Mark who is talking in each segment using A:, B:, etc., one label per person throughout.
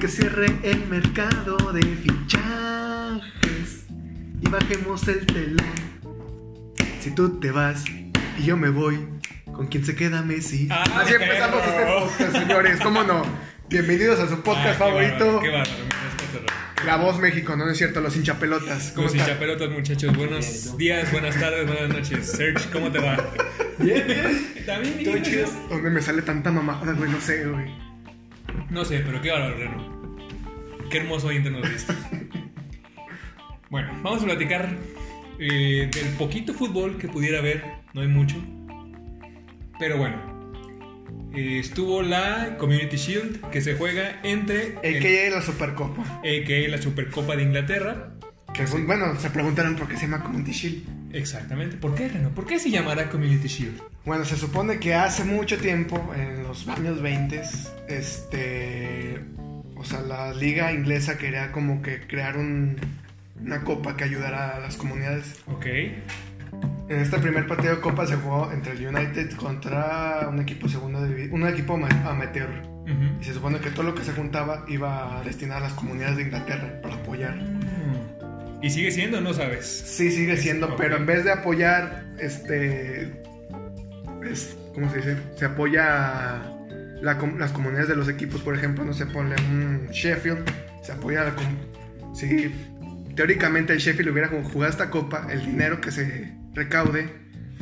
A: que cierre el mercado de fichajes y bajemos el telón. Si tú te vas y yo me voy, ¿con quién se queda Messi?
B: Ah,
C: Así empezamos este
B: perro.
C: podcast, señores. ¿Cómo no? Bienvenidos a su
B: Ah,
C: podcast
B: qué
C: favorito,
B: bárbaro, Qué bárbaro, mi respeto, Rafa.
C: La Voz México, ¿no? No es cierto, los hinchapelotas. ¿Cómo
B: Los
C: están?
B: hinchapelotas, muchachos. Buenos días, buenas tardes, buenas noches. Serge, ¿cómo te va?
A: Bien, bien.
B: También
A: ¿Todo
B: bien,
A: chido?
B: ¿no?
C: ¿Dónde me sale tanta mamada, güey? No sé, güey.
B: No sé, pero qué bárbaro, Reno. Qué hermoso oyente nos diste. Bueno, vamos a platicar eh, del poquito fútbol que pudiera haber. No hay mucho. Pero bueno. eh, estuvo la Community Shield que se juega entre
C: El que la Supercopa.
B: el- AKA la Supercopa de Inglaterra
C: Que fue- bueno, se preguntaron por qué se llama Community Shield.
B: Exactamente. ¿Por qué, Reno? ¿Por qué se llamará Community Shield?
C: Bueno, se supone que hace mucho tiempo, en los años 20, este. O sea, la liga inglesa quería como que crear un- una copa que ayudara a las comunidades.
B: Ok.
C: En este primer partido de Copa se jugó entre el United contra un equipo segundo divi- un equipo ama- amateur. Y se supone que todo lo que se juntaba iba a destinar a las comunidades de Inglaterra para apoyar.
B: ¿Y sigue siendo no sabes?
C: Sí, sigue siendo,
B: Ok.
C: pero en vez de apoyar, este. es- ¿Cómo se dice? Se apoya a la com- las comunidades de los equipos, por ejemplo, no se pone un Sheffield, se apoya a la. com- Si teóricamente el Sheffield hubiera jugado esta copa, el dinero que se recaude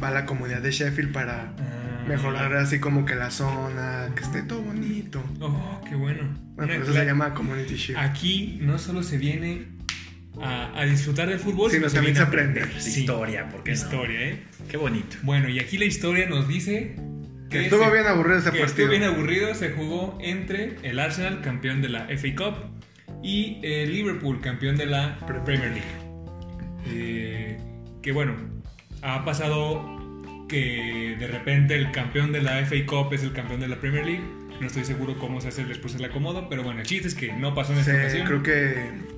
C: va a la comunidad de Sheffield para
B: Ah.
C: mejorar así como que la zona, que esté todo bonito.
B: Oh, qué bueno.
C: Bueno,
B: Una
C: por eso se
B: cla-
C: llama Community Shield.
B: Ah, Aquí no solo se viene a, a disfrutar del fútbol,
C: Sino también se
B: viene a
C: aprende.
B: Sí.
D: Historia, porque no?
B: Historia, ¿eh?
D: Qué bonito.
B: Bueno, y aquí la historia nos dice
C: Que estuvo
B: se-
C: bien aburrido ese
B: que estuvo
C: partido.
B: bien aburrido. Se jugó entre el Arsenal, campeón de la FA Cup, y el Liverpool, campeón de la Premier League. Eh, que bueno, ha pasado que de repente el campeón de la FA Cup es el campeón de la Premier League. No estoy seguro cómo se hace después el acomodo, pero bueno, el chiste es que no pasó en esta
C: Se-
B: ocasión.
C: creo que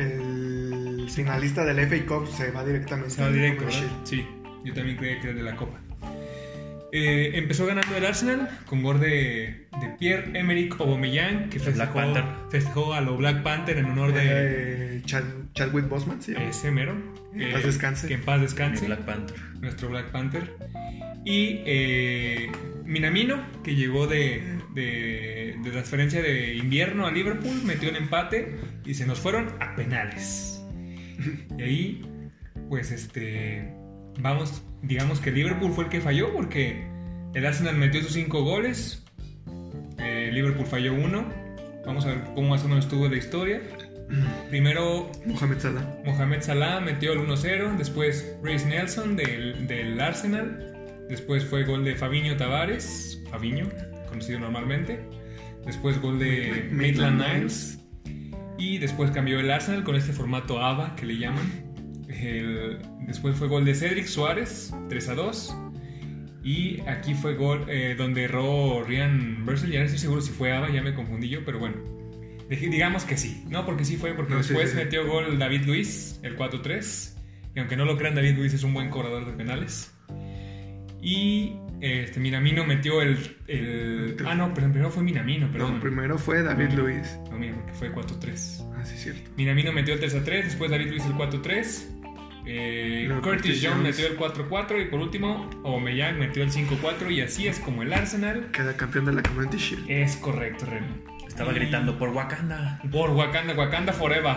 C: el finalista del FA Cup se va directamente
B: Se va
C: al
B: directo,
C: Community
B: ¿verdad? Sí, yo también creía que era de la Copa. Eh, empezó ganando el Arsenal con gol de, de Pierre-Emerick Aubameyang, que
D: El Black
B: festejó,
D: Panther.
B: festejó al Black Panther en honor
C: Shield.
B: de
C: Eh, Chad- Chadwick Boseman, ¿sí?
B: ese mero. Eh,
C: En paz descanse.
B: Que en paz
D: El
B: descanse,
D: Black Panther.
B: nuestro Black Panther. Y eh, Minamino, que llegó de, de, de transferencia de invierno a Liverpool, metió el empate y se nos fueron a penales. Y ahí, pues este, vamos, digamos que Liverpool fue el que falló porque el Arsenal metió sus cinco goles, eh, Liverpool falló uno. Vamos a ver cómo más o menos estuvo la historia. Primero
C: Mohamed Salah.
B: Mohamed Salah metió el 1-0, después Reis Nelson del, del Arsenal, después fue gol de Fabinho Tavares, Fabinho, conocido normalmente, después gol de
C: Maitland
B: Maitland
C: Niles.
B: Niles y después cambió el Arsenal con este formato ABA que le llaman. El- después fue gol de Cedric Suárez, 3 a 2. Y aquí fue gol eh, donde erró Ryan Bursell. Ya no estoy seguro si fue ABA, ya me confundí yo, pero bueno. Dej- digamos que sí, ¿no? Porque sí fue, porque
C: No, sí,
B: después
C: sí, sí.
B: metió gol David Luis, el 4-3. Y aunque no lo crean, David Luis es un buen cobrador de penales. Y este, Minamino metió el. el- ah, no, pero primero fue Minamino, perdón.
C: No, primero fue David Luis.
B: No, mira, porque fue 4-3.
C: Ah, sí, es cierto.
B: Minamino metió el 3 a 3, después David Luis el 4 a 3. eh,
C: Luego
B: Curtis
C: Curtis
B: Jones
C: Jones.
B: metió el 4 a 4 y por último Aubameyang metió el 5 a 4 y así es como el Arsenal
C: Queda campeón de la Community Shield.
B: es correcto, Reno.
D: Estaba
B: Y-
D: gritando por Wakanda.
B: por Wakanda, Wakanda Forever.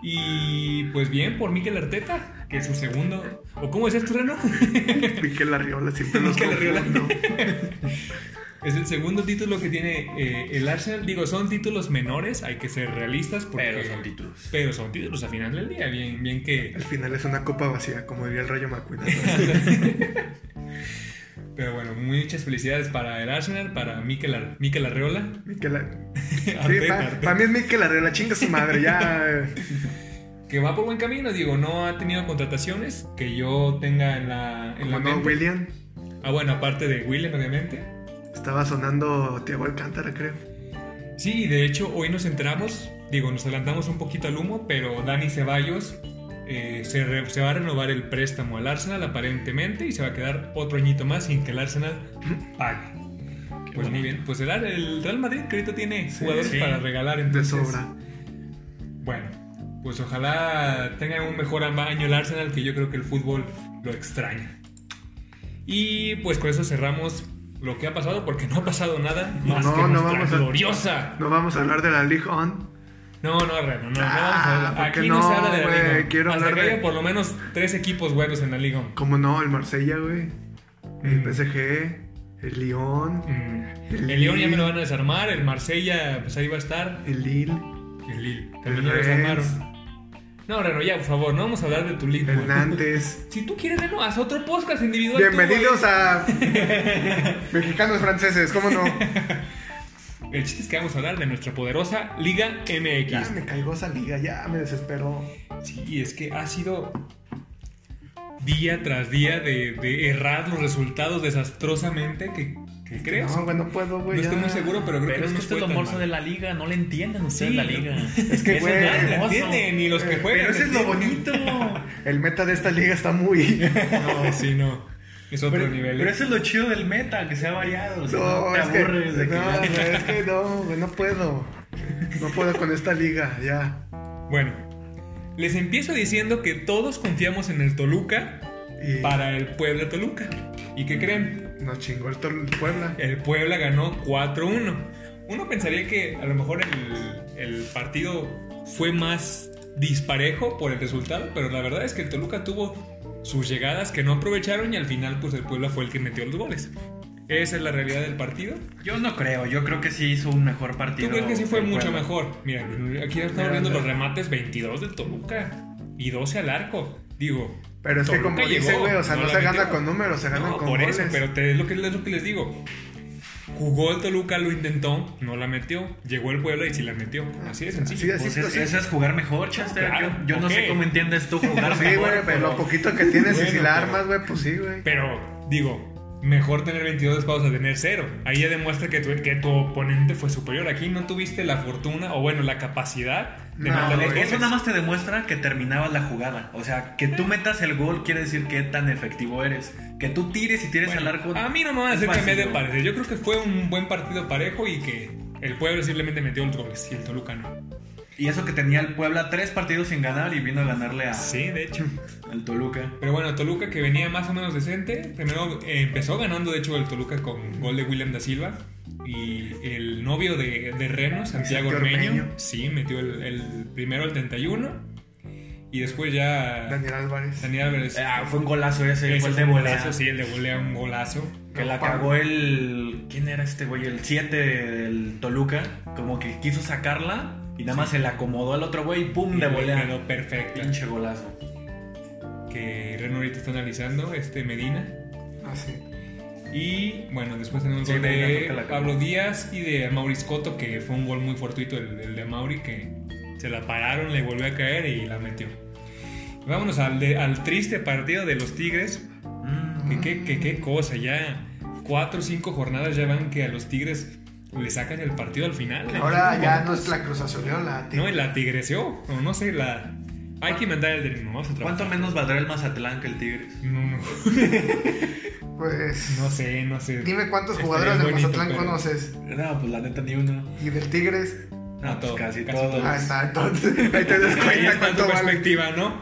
B: Y pues bien, por Mikel Arteta, que es su segundo. ¿O cómo es tu Reno?
C: Miquel Arriola siempre los
B: Mikel Arriola.
C: confundo.
B: es el segundo título que tiene eh, el Arsenal. Digo, son títulos menores, hay que ser realistas porque.
D: Pero son títulos.
B: Pero son títulos a final del día, bien, bien que.
C: Al final es una copa vacía, como diría el Rayo McQueen.
B: Pero bueno, muchas felicidades para el Arsenal, para Mikel, Ar- Mikel Arreola.
C: Miquel Ar- Sí,
B: Arteta,
C: para
B: Arteta,
C: mí es Miquel Arriola, chinga su madre, ya. eh.
B: Que va por buen camino, digo, no ha tenido contrataciones que yo tenga en la, en la
C: Como no,
B: mente.
C: William.
B: Ah, bueno, aparte de William, obviamente.
C: Estaba sonando Tiago Alcántara, creo.
B: Sí, y de hecho hoy nos enteramos, digo, nos adelantamos un poquito al humo, pero Dani Ceballos eh, se, re- se va a renovar el préstamo al Arsenal aparentemente y se va a quedar otro añito más sin que el Arsenal pague. Pues muy bien. Pues el, el Real Madrid que ahorita tiene jugadores
D: sí.
B: para regalar
A: De
B: entonces.
A: sobra.
B: Bueno, pues ojalá tenga un mejor año el Arsenal, que yo creo que el fútbol lo extraña. Y pues con eso cerramos lo que ha pasado, porque no ha pasado nada más
A: No,
B: que
A: no
B: nuestra
A: vamos a-
B: gloriosa.
A: No vamos a hablar de la League On.
B: No, no, Reno, no, no
A: Ah,
B: vamos a
A: ¿por qué
B: Aquí no, se
A: no,
B: habla de la
A: güey?
B: Liga. uno.
A: Quiero
B: Hasta
A: hablar
B: que
A: de-
B: haya por lo menos tres equipos buenos en la Liga. uno.
A: Como no, el Marsella, güey. El
B: Mm.
A: PSG, el Lyon,
B: Mm.
A: El
B: El León ya me
A: Lille.
B: lo van a desarmar, el Marsella, pues ahí va a estar.
A: el Lille,
B: El Lille,
A: el
B: también ya lo
A: Rennes,
B: desarmaron. No, Reno, ya, por favor, no vamos a hablar de tu Liga.
A: el Nantes.
B: Si tú quieres, Reno, haz otro podcast individual. tú,
C: Bienvenidos a mexicanos franceses, ¿cómo no?
B: güey. El chiste es que vamos a hablar de nuestra poderosa Liga
C: Ya
B: MX.
C: me caigo esa liga, ya me desesperó.
B: Sí, y es que ha sido día tras día de, de errar los resultados desastrosamente que, que crees.
C: No, güey, no puedo,
B: No
C: güey.
B: estoy
C: ya.
B: muy seguro, pero creo
D: Pero
B: que
D: es
B: no nos
D: que esto
B: fue
D: es lo
B: tan
D: morso
B: mal.
D: de la liga, no le entienden ustedes
B: Sí,
D: la
B: no.
D: liga.
C: Es que,
D: Eso
C: güey, Eh,
D: es
B: Nadie
D: lo
B: la
D: hermoso.
B: entiende, ni los que juegan.
C: Pero eso es lo bonito. El meta de esta liga está muy.
B: No, sí, no. Es otro
D: Pero,
B: nivel.
D: pero eso es lo chido del meta, que sea variado. o sea,
C: No,
D: te
C: es que,
D: aburres de que
C: no,
D: la-
C: güey, es que no, güey, no puedo. No puedo con esta liga, ya.
B: Bueno, les empiezo diciendo que todos confiamos en el Toluca
C: Y
B: para el Puebla Toluca. ¿Y qué creen?
C: nos chingó el Tol- Puebla.
B: El Puebla ganó 4-1. Uno pensaría que a lo mejor el, el partido fue más disparejo por el resultado, pero la verdad es que el Toluca tuvo sus llegadas que no aprovecharon y al final pues el Puebla fue el que metió los goles. Esa es la realidad del partido.
D: Yo no creo, yo creo que sí hizo un mejor
B: ¿Tú
D: partido.
B: crees que sí fue
D: el
B: mucho
D: Puebla.
B: mejor? Mira, aquí estamos
C: Mira,
B: viendo
C: mira.
B: los remates 22 del Toluca y 12 al arco. Digo,
C: Pero es que
B: Toluca
C: como dice,
B: llegó,
C: güey, o sea, no,
B: no la
C: se gana
B: metió.
C: con números, se gana
B: no,
C: con
B: por
C: goles.
B: eso, pero te- es, lo que, es lo que les digo. Jugó el Toluca, lo intentó, no la metió. Llegó el Puebla y sí la metió. Así de
C: Así
B: sencillo.
C: es.
D: Pues
C: Sí,
D: es-
C: sí.
D: eso es jugar mejor, Chester.
B: Claro,
D: yo yo no
B: ok.
D: sé cómo entiendes tú jugar
C: Sí,
D: mejor.
C: güey, pero lo poquito que tienes y si la
B: Bueno, pero-
C: armas, güey, pues sí, güey.
B: Pero, digo, mejor tener 22 espados a tener cero. Ahí ya demuestra que tu, que tu oponente fue superior. Aquí no tuviste la fortuna o, bueno, la capacidad de
C: No,
B: meter los
C: güey.
B: goles.
D: Eso nada más te demuestra que terminabas la jugada. O sea, que tú metas el gol quiere decir que tan efectivo eres. Que tú tires y tires
B: Bueno,
D: al arco.
B: A mí no me van a
D: es
B: hacer cambiar de
D: fácil,
B: parecer. Yo creo que fue un buen partido parejo y que el pueblo simplemente metió los goles y el Toluca no.
D: Y eso que tenía el Puebla tres partidos sin ganar y vino a ganarle a,
B: Sí, de hecho.
D: al Toluca.
B: Pero bueno, Toluca que venía más o menos decente, primero eh, empezó ganando de hecho el Toluca con gol de William da Silva y el novio de, de Reno,
C: Santiago
B: Santiago Ormeño,
C: Ormeño.
B: sí, metió el, el primero al 31 y después ya
C: Daniel Álvarez.
B: Daniel Álvarez.
D: Ah, fue un golazo ese,
B: Ese
D: fue
B: fue
D: el de
B: un
D: volea.
B: golazo, sí, el de volea, un golazo.
D: Que la cagó el. ¿Quién era este güey? El 7 del Toluca. Como que quiso sacarla y nada más se la acomodó al otro güey y ¡pum!
B: Y
D: de
B: le
D: volea.
B: Quedó perfecta.
D: Pinche golazo.
B: que Reno ahorita está analizando, este Medina.
C: Ah, sí.
B: Y bueno, después tenemos
D: Sí,
B: gol
D: Medina fue el
B: de
D: que la cagó.
B: Pablo Díaz y de Mauricio Coto, que fue un gol muy fortuito el, el de Mauri, que se la pararon, le volvió a caer y la metió. Vámonos al, de- al triste partido de los Tigres.
D: Mm.
B: Que qué, qué- qué cosa, ya cuatro o cinco jornadas ya van que a los Tigres le sacan el partido al final.
C: Ahora ya no es la Cruz Azuleola, tío.
B: No, y la tigreseó, o no sé, la... Hay que inventar el término, vamos a
D: ¿Cuánto
B: trabajar.
D: menos valdrá el Mazatlán que el Tigres?
B: No, no,
C: Pues.
B: no sé, no sé.
C: Dime cuántos
B: Estaría
C: jugadores de
B: bonito,
C: Mazatlán
B: pero-
C: conoces.
D: No, pues la neta ni uno.
C: Y del Tigres.
D: No,
B: No,
D: pues
B: todo,
D: casi,
B: casi
D: todo.
B: todo.
C: Ah, está, entonces. Ahí te das
B: Ahí
C: cuenta
B: está tu
C: cuánto vale.
B: perspectiva, ¿no?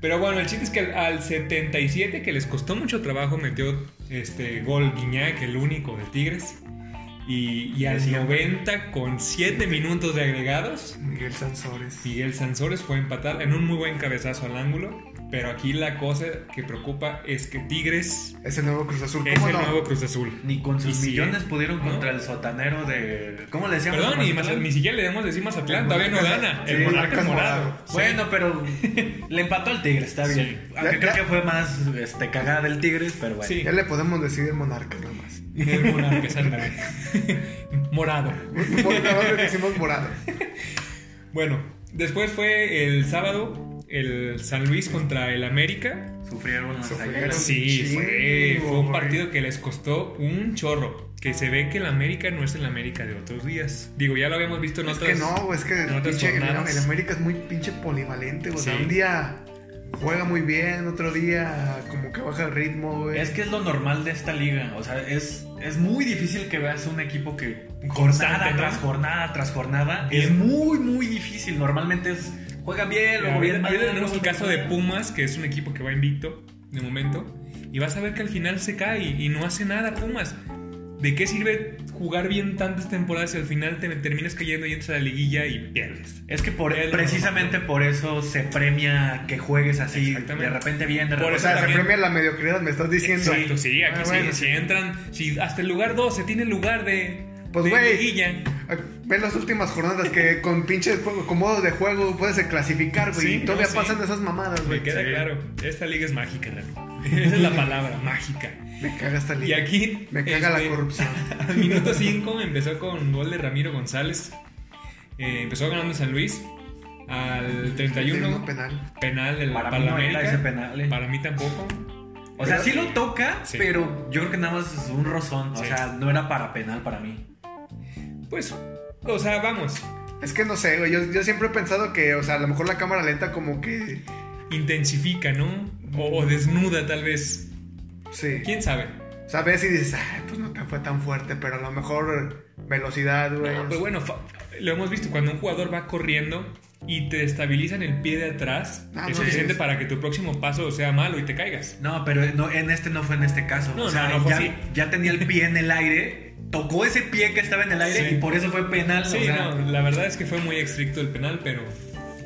B: Pero bueno, el chiste es que al, al 77, que les costó mucho trabajo, metió este gol Guiñac, el único de Tigres. Y, y al
D: Sí, sí.
B: 90, con 7 minutos de agregados,
C: Miguel Sansores.
B: Miguel Sansores fue a empatar en un muy buen cabezazo al ángulo. Pero aquí la cosa que preocupa es que Tigres
C: Es el nuevo Cruz Azul.
B: es
C: ¿Cómo
B: el
C: no?
B: nuevo Cruz Azul.
D: Ni con sus
B: Y sí,
D: millones
B: ¿eh?
D: pudieron
B: ¿No?
D: contra el sotanero de. ¿Cómo le decíamos?
B: Perdón,
D: ¿De
B: ni,
D: Mazatlán?
B: Maza- ni siquiera le debemos decir Mazatlán,
C: El
B: todavía no
C: Monarcas-
B: gana.
C: sí,
B: El Monarca
C: Monarcas
B: Morado.
C: Morado.
D: Bueno, pero le empató al Tigres, está
B: Sí.
D: bien.
C: Ya-
D: Aunque
C: ya-
D: creo que fue más este, cagada del Tigres, pero bueno.
B: Sí.
C: Ya le podemos decir el monarca nomás.
B: El Monarcas, ándale. Morado.
C: Ahora le decimos morado.
B: Bueno, después fue el sábado el San Luis contra el América.
D: Sufrieron las
C: Sufrieron.
D: agueras.
B: Sí,
C: chingo,
B: fue, fue un
C: Ah, güey.
B: partido que les costó un chorro. Que se ve que el América no es el América de otros días. Digo, ya lo habíamos visto en
C: Es
B: otras.
C: que no, güey, es que
B: en otras
C: pinche, el,
B: jornadas.
C: el América es muy pinche polivalente, güey. O sea,
B: Sí.
C: un día juega muy bien, otro día como que baja el ritmo, güey.
D: Es que es lo normal de esta liga. O sea, es, es muy difícil que veas un equipo que
B: Constante,
D: jornada
B: ¿no?
D: tras jornada tras jornada.
B: Bien.
D: Es muy, muy difícil. Normalmente es juega bien, luego bien. mal,
B: tenemos
D: luego
B: el
D: bien
B: este caso
D: mal.
B: de Pumas, que es un equipo que va invicto de momento, y vas a ver que al final se cae y no hace nada Pumas. ¿De qué sirve jugar bien tantas temporadas si al final te terminas cayendo y entras a la liguilla y pierdes?
D: Es que por,
B: Es lo
D: precisamente por eso se premia que juegues así.
B: Exactamente.
D: De repente bien, de
B: Por
D: repente
C: o sea, se
B: también-
C: premia la mediocridad, me estás diciendo.
B: Exacto, sí, aquí
C: Ah,
B: sí,
C: bueno,
B: si entran, si hasta el lugar 2 se tiene el lugar de,
C: Pues,
B: de
C: güey.
B: liguilla.
C: Ay, Ah, Ven las últimas jornadas que con pinches juego- con modos de juego puedes clasificar, güey.
B: Sí,
C: y todavía
B: no, sí.
C: pasan esas mamadas,
B: Me
C: güey.
B: queda
C: Pues, Sí.
B: claro, esta liga es mágica, Rafa. Esa es la palabra, mágica.
C: Me caga esta
B: Y
C: liga.
B: aquí...
C: me caga
B: este,
C: la corrupción.
B: Al minuto 5 empezó con gol de Ramiro González. Eh, empezó ganando San Luis. Al
C: Tiene un
B: 31,
C: penal.
B: penal del
D: Para
B: para,
D: mí no era
B: América.
D: ese penal, eh.
B: Para mí tampoco.
D: O sea, sí lo toca,
B: Sí.
D: pero yo creo que nada más es un rozón. O
B: Sí.
D: sea, no era para penal para mí.
B: Pues, o sea, vamos.
C: Es que no sé, güey. Yo, yo siempre he pensado que, o sea, a lo mejor la cámara lenta como que.
B: Intensifica, ¿no? O, o desnuda, tal vez.
C: Sí.
B: ¿Quién sabe?
C: O sea, ves y dices, ah, pues no te fue tan fuerte, pero a lo mejor velocidad, güey.
B: No, pero bueno, fa- lo hemos visto. Cuando un jugador va corriendo y te estabilizan el pie de atrás,
C: Ah,
B: es
C: no,
B: suficiente
C: sí.
B: para que tu próximo paso sea malo y te caigas.
D: No, pero no, en este no fue en este caso.
B: No,
D: o sea,
B: no, no fue
D: ya,
B: así.
D: ya tenía el pie en el aire, tocó ese pie que estaba en el aire
B: Sí.
D: y por eso fue penal.
B: Sí,
D: Ah, o sea,
B: no, la verdad es que fue muy estricto el penal, pero,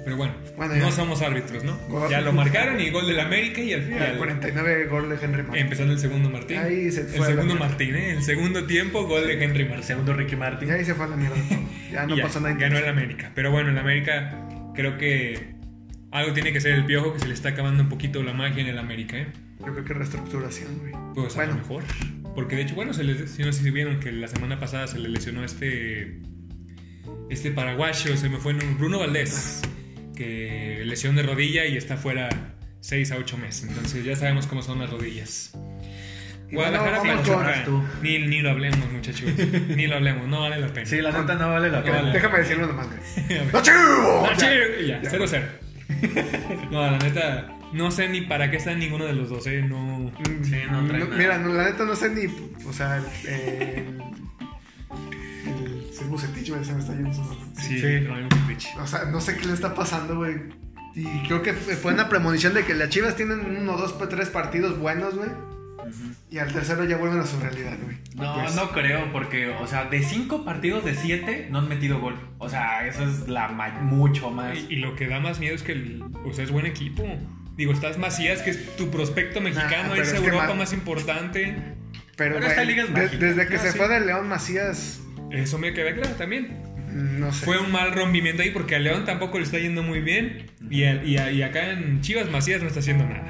B: pero bueno,
C: Bueno, ya.
B: no somos árbitros, ¿no?
C: Gol.
B: Ya lo marcaron y gol del América y al
C: Y al
B: final.
C: 49 gol de Henry Martin.
B: Empezando el segundo Martín.
C: Ahí se
B: el
C: fue
B: segundo
C: la-
B: Martín, ¿eh? El segundo tiempo, gol de Henry
D: el
B: Martín.
D: segundo Ricky
C: Y
D: Martin.
C: ahí se fue a la mierda. todo. Ya no
B: Y ya,
C: pasó nada.
B: Ganó el
C: interesante.
B: América. Pero bueno, el América creo que algo tiene que ser el piojo que se le está acabando un poquito la magia en el América, ¿eh?
C: Yo creo que reestructuración, güey.
B: Pues a
C: bueno,
B: lo mejor. Porque de hecho, bueno, se les, si no sé si vieron que la semana pasada se le lesionó este. Este paraguayo, se me fue no, Bruno Valdés.
C: Ah.
B: Que lesión de rodilla y está fuera 6 a 8 meses. Entonces ya sabemos cómo son las rodillas.
C: Y
B: Guadalajara
C: bueno, vamos
B: Pachuca.
D: con-
B: Ni, ni lo hablemos, muchachos. ni lo hablemos, no vale la pena.
D: Sí, la nota no vale la
B: No vale.
D: pena.
C: Déjame decirlo nomás, güey.
B: A ver.
C: ¡No chivo!
B: Ah,
C: Ya.
B: sí, y ya, 0-0. no, la neta, no sé ni para qué están ninguno de los dos, ¿eh? No.
C: Mm,
D: Sí, no trae nada.
C: Mira, no, la neta no sé ni. O sea, el. eh, el, el si es Bucetich, güey, se me está yendo su nombre.
B: Sí,
D: Sí.
B: no hay un pitch.
C: O sea, no sé qué le está pasando, güey. Y creo que fue una premonición de que las chivas tienen uno, dos, pues, tres partidos buenos, güey.
D: Ujú.
C: Y al tercero ya vuelven a su realidad, güey.
D: No,
B: Pues-
D: no creo, porque, o sea, de cinco partidos de siete no han metido gol. O sea, eso es la ma- mucho más.
B: Y, y lo que da más miedo es que el, o sea, es buen equipo. Digo, estás Macías, que es tu prospecto mexicano,
C: Ah, pero
B: es,
C: es que
B: Europa
C: más-
B: más importante.
C: Pero,
D: Pero esta
C: güey,
D: liga es
C: de-
D: mágica.
C: desde que
B: Ah,
C: se
B: sí.
C: fue de León Macías,
B: Eso me queda claro Eh, también.
C: no sé.
B: Fue un mal rompimiento ahí porque a León tampoco le está yendo muy bien. Y, al- y a- y acá en Chivas Macías no está haciendo nada.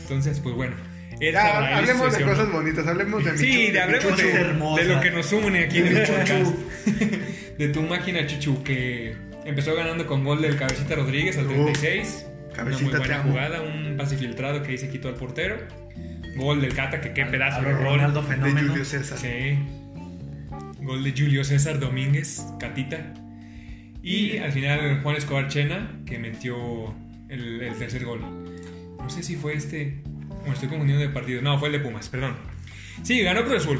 B: Entonces, pues bueno. él
C: Ya,
B: sabrá, él
C: hablemos de
B: sesionó.
C: cosas bonitas, hablemos de
B: Sí,
C: Michu-
B: de, hablemos
D: Chuchu
B: de,
D: hermosa.
B: de lo que nos une aquí en el
C: De Chuchu.
B: podcast. De tu máquina Chuchu, que empezó ganando con gol del Cabecita Rodríguez al
C: Uf,
B: 36.
C: Cabecita,
B: una muy
C: te
B: buena
C: amo.
B: jugada, un pase filtrado que ahí se quitó al portero. Gol del Cata, que qué pedazo de
D: Al- al
B: rol.
D: Ronaldo
C: de
D: fenómeno.
C: Julio César.
B: Sí. Gol de Julio César Domínguez, Catita. Y al final Juan Escobar Chena, que metió el, el tercer gol. No sé si fue este. Bueno, estoy confundiendo de partido. No, fue el de Pumas, perdón. Sí, ganó Cruz Azul.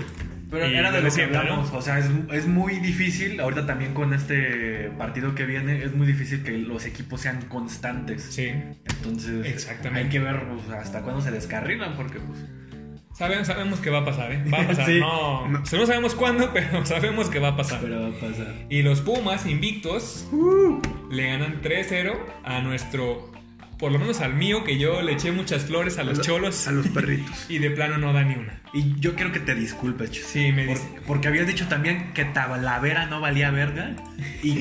D: Pero
B: Y
D: era de lo que
B: siempre, ¿no?
D: hablamos, o sea, es, es muy difícil, ahorita también con este partido que viene, es muy difícil que los equipos sean constantes.
B: Sí.
D: Entonces,
B: Exactamente.
D: hay que ver pues, hasta cuándo se descarrilan, porque pues...
B: Sabemos, sabemos que va a pasar, ¿eh? Va a pasar.
D: Sí.
B: no, no sabemos cuándo, pero sabemos que va a pasar.
D: Pero va a pasar.
B: Y los Pumas, invictos,
C: Uh,
B: le ganan 3-0 a nuestro, por lo menos al mío, que yo le eché muchas flores a los
C: lo-
B: cholos
C: A los perritos.
B: y de plano no da ni una.
D: Y yo quiero que te disculpes, Chus.
B: Sí, me
D: Por-
B: dice.
D: porque habías dicho también que Talavera no valía verga. Y,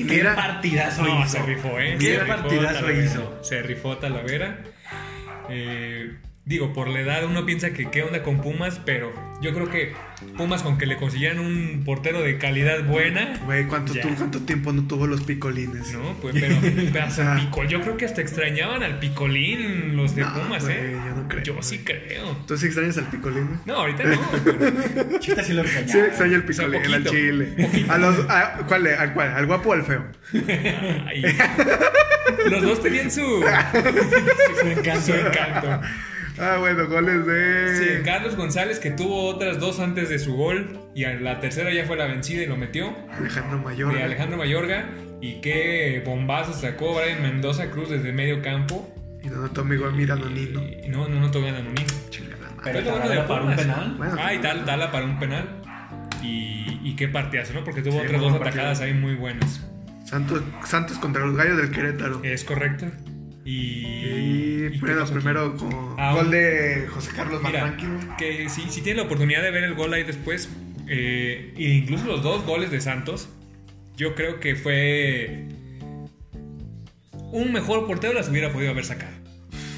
C: Y
D: qué
C: mira-
D: partidazo
B: No,
D: hizo.
B: se rifó, ¿eh?
D: Qué
B: Se rifó
D: partidazo
B: Talavera.
D: hizo.
B: Se rifó Talavera. Eh, digo, por la edad uno piensa que qué onda con Pumas, pero yo creo que Pumas con que le consiguieran un portero de calidad buena...
C: Güey, ¿cuánto,
B: Ya.
C: tu- ¿cuánto tiempo no tuvo los picolines?
B: No, pues, pero, pero hasta el Pico- yo creo que hasta extrañaban al picolín los de
C: No,
B: Pumas,
C: güey,
B: ¿eh?
C: yo no creo,
B: Yo
C: güey.
B: sí creo.
C: ¿Tú sí extrañas al picolín, güey?
B: No, ahorita no. pero-
D: Chita sí lo extrañaba.
C: Sí, extraño el
B: O sea,
C: picolín, al
B: poquito.
C: chile. A los, a- ¿Cuál? le- ¿Al cuál? ¿Al guapo o al feo?
B: Ay, Los dos tenían su, su encanto. Su encanto.
C: Ah, bueno, goles
B: Sí,
C: de.
B: Carlos González que tuvo otras dos antes de su gol y a la tercera ya fue la vencida y lo metió.
C: Alejandro Mayor.
B: De Alejandro Mayorga y qué bombazo sacó Brian Mendoza Cruz desde medio campo.
C: Y no notó mi gol, mira, Nonino.
B: Y no, no, no tocan a Nuní.
C: Chingada madre.
D: Pero
B: Fue lo bueno
D: Tabata
B: de
D: para un
B: Pumas.
D: penal.
C: Bueno,
B: Ah, y tal, Tala para un penal. Y, y qué partidazo, ¿no? Porque tuvo
D: Sí,
B: otras
D: muy
B: dos
D: buen partido.
B: atajadas ahí muy buenas.
C: Santos, Santos contra los gallos del Querétaro.
B: Es correcto. Y.
C: Y,
B: ¿y qué
C: bueno,
B: pasó aquí?
C: primero con
B: Ah,
C: gol de José Carlos
B: Mira,
C: Manranqui.
B: que si, si tienen la oportunidad de ver el gol ahí después, eh, e incluso los dos goles de Santos, yo creo que fue un mejor portero las hubiera podido haber sacado.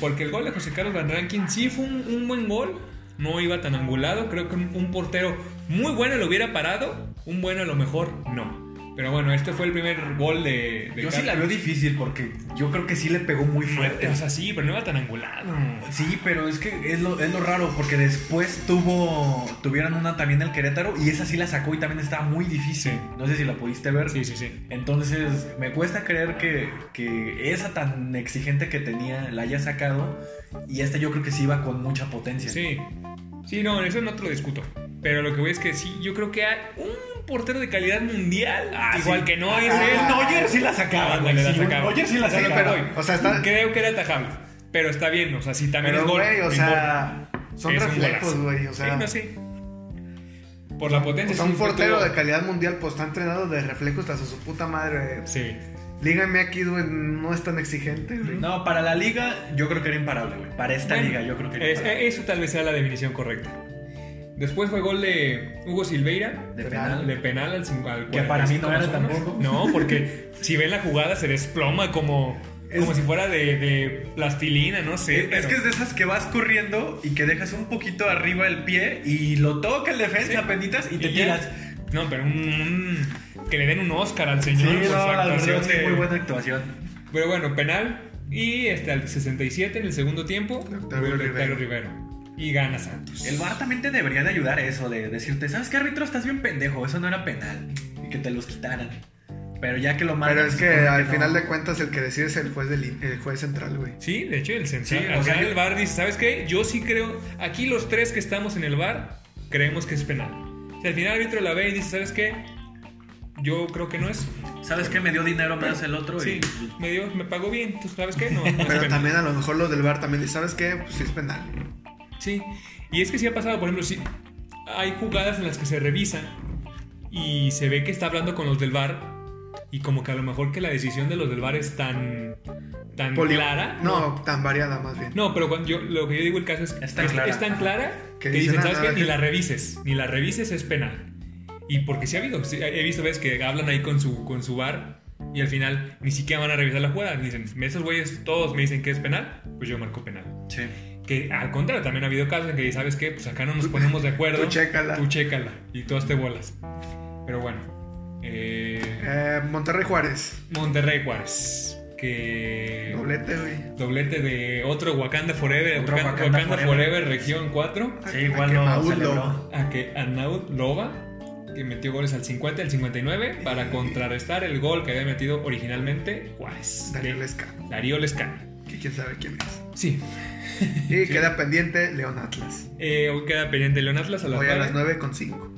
B: Porque el gol de José Carlos Van Rankin sí fue un, un buen gol, no iba tan angulado, creo que un, un portero muy bueno lo hubiera parado, un bueno a lo mejor no. Pero bueno, este fue el primer gol de... de
D: Yo sí
B: Carlos.
D: la veo difícil porque yo creo que sí le pegó muy fuerte.
B: O sea, sí, pero no iba tan angulado.
D: Sí, pero es que es lo, es lo raro, porque después tuvo tuvieron una también el Querétaro y esa sí la sacó y también estaba muy difícil.
B: Sí.
D: No sé si la pudiste ver.
B: Sí, sí, sí.
D: Entonces, me cuesta creer que, que esa tan exigente que tenía la haya sacado y esta yo creo que sí iba con mucha potencia.
B: Sí. Sí, no, eso no te lo discuto. Pero lo que voy es que sí, yo creo que hay un portero de calidad mundial,
D: Ah,
B: igual
D: sí.
B: que no es
D: Ah,
B: él.
D: el Neuer sí la sacaba,
B: Ah,
D: güey.
B: la
D: Sí,
B: sacaba.
D: Neuer sí la
B: Sí,
D: sacaba.
B: pero-
C: O sea, está.
B: Creo que era atajable. Pero está bien, o sea, sí, también
C: Pero,
B: es gol.
C: güey, o
B: no importa.
C: sea, son
B: Es un
C: reflejos,
B: golazo.
C: güey. O sea,
B: Sí, no, sí. Por la potencia.
C: o sea, un
B: sí, fue
C: portero
B: todo.
C: de calidad mundial, pues está entrenado de reflejos hasta su puta madre. güey.
B: Sí.
C: Lígame aquí, güey, no es tan exigente, güey.
D: No, para la liga yo creo que era imparable, güey. Para esta
B: Bueno,
D: liga yo creo que era
B: es- eh,
D: imparable.
B: eso tal vez sea la definición correcta. Después fue gol de Hugo Silveira.
D: de penal.
B: De penal al, cincu- al
D: Que para mí no
B: 45
D: era
B: más uno.
D: tampoco.
B: No, porque si ven la jugada se desploma como,
D: Es-
B: como si fuera de, de plastilina, no sé.
D: Es- Es
B: pero-
D: que es de esas que vas corriendo y que dejas un poquito arriba el pie y lo toca el defensa,
B: Sí.
D: penditas, y te
B: ya.
D: tiras.
B: No, pero un, un- que le den un Oscar al
D: Sí,
B: señor
D: no,
B: por su
D: la
B: actuación
D: verdad, sí,
B: de-
D: muy buena actuación.
B: Pero bueno, penal. Y hasta el 67 en el segundo tiempo.
C: Octavio
B: gol de
C: Rivero.
B: Octavio Rivero. Y gana Santos.
D: El VAR también te debería de ayudar a eso, de decirte, ¿sabes qué, árbitro? Estás bien pendejo, eso no era penal. Y que te los quitaran. Pero ya que lo mandan...
C: Pero es
D: se supone
C: que al
D: no.
C: final de cuentas el que decide es el juez, del, el juez central, güey.
B: Sí, de hecho, el central.
D: Sí,
B: al
D: o sea,
B: final
D: yo-
B: el bar dice: ¿Sabes qué? Yo sí creo. Aquí los tres que estamos en el bar creemos que es penal. Si al final el árbitro la ve y dice: ¿Sabes qué? Yo creo que no es.
D: ¿Sabes qué? Me dio dinero más el otro
B: Sí,
D: y...
B: me, dio, me pagó bien. ¿Tú sabes qué? No. no es
C: Pero
B: penal.
C: también a lo mejor los del bar también dicen, ¿sabes qué? Pues sí es penal.
B: Sí. Y es que sí ha pasado, por ejemplo, sí. Hay jugadas en las que se revisa y se ve que está hablando con los del bar. Y como que a lo mejor que la decisión de los del bar es tan. tan
C: Poli-
B: clara.
C: No, tan variada más bien.
B: No, pero cuando yo, lo que yo digo el caso es que
D: Es tan
B: es,
D: clara.
B: es tan clara
C: Que
B: que,
C: dicen,
B: dicen,
C: "Ah,
B: ¿sabes
C: nada,
B: qué? Ni
C: que-
B: la revises, ni la revises es penal. Y porque sí ha habido, sí, he visto veces que hablan ahí con su, con su bar y al final ni siquiera van a revisar la jugada. Dicen, esos güeyes todos me dicen que es penal, pues yo marco penal.
D: Sí.
B: Que al contrario, también ha habido casos en que, ¿sabes qué? Pues acá no nos ponemos de acuerdo.
C: Tú chécala.
B: Tú chécala y todas te bolas. Pero bueno. eh,
C: Eh, Monterrey Juárez.
B: Monterrey Juárez. Que...
C: Doblete, güey.
B: Doblete de otro Wakanda Forever,
D: Otro
B: Wakanda,
D: Wakanda
B: Wakanda
D: Forever.
B: Forever. Región 4,
D: Sí, igual
C: que
D: no
C: Paul
D: celebró.
C: lo-
B: a que Anaud Loba, que metió goles al 50 y al 59, para contrarrestar el gol que había metido originalmente Juárez.
C: Daniel
B: de
C: Esca.
B: Darío Lescano.
C: Que quién sabe quién es.
B: Sí,
C: Y
B: Sí.
C: queda pendiente León Atlas.
B: eh, hoy queda pendiente León Atlas a las
C: Hoy a
B: 9.
C: las 9 con 5.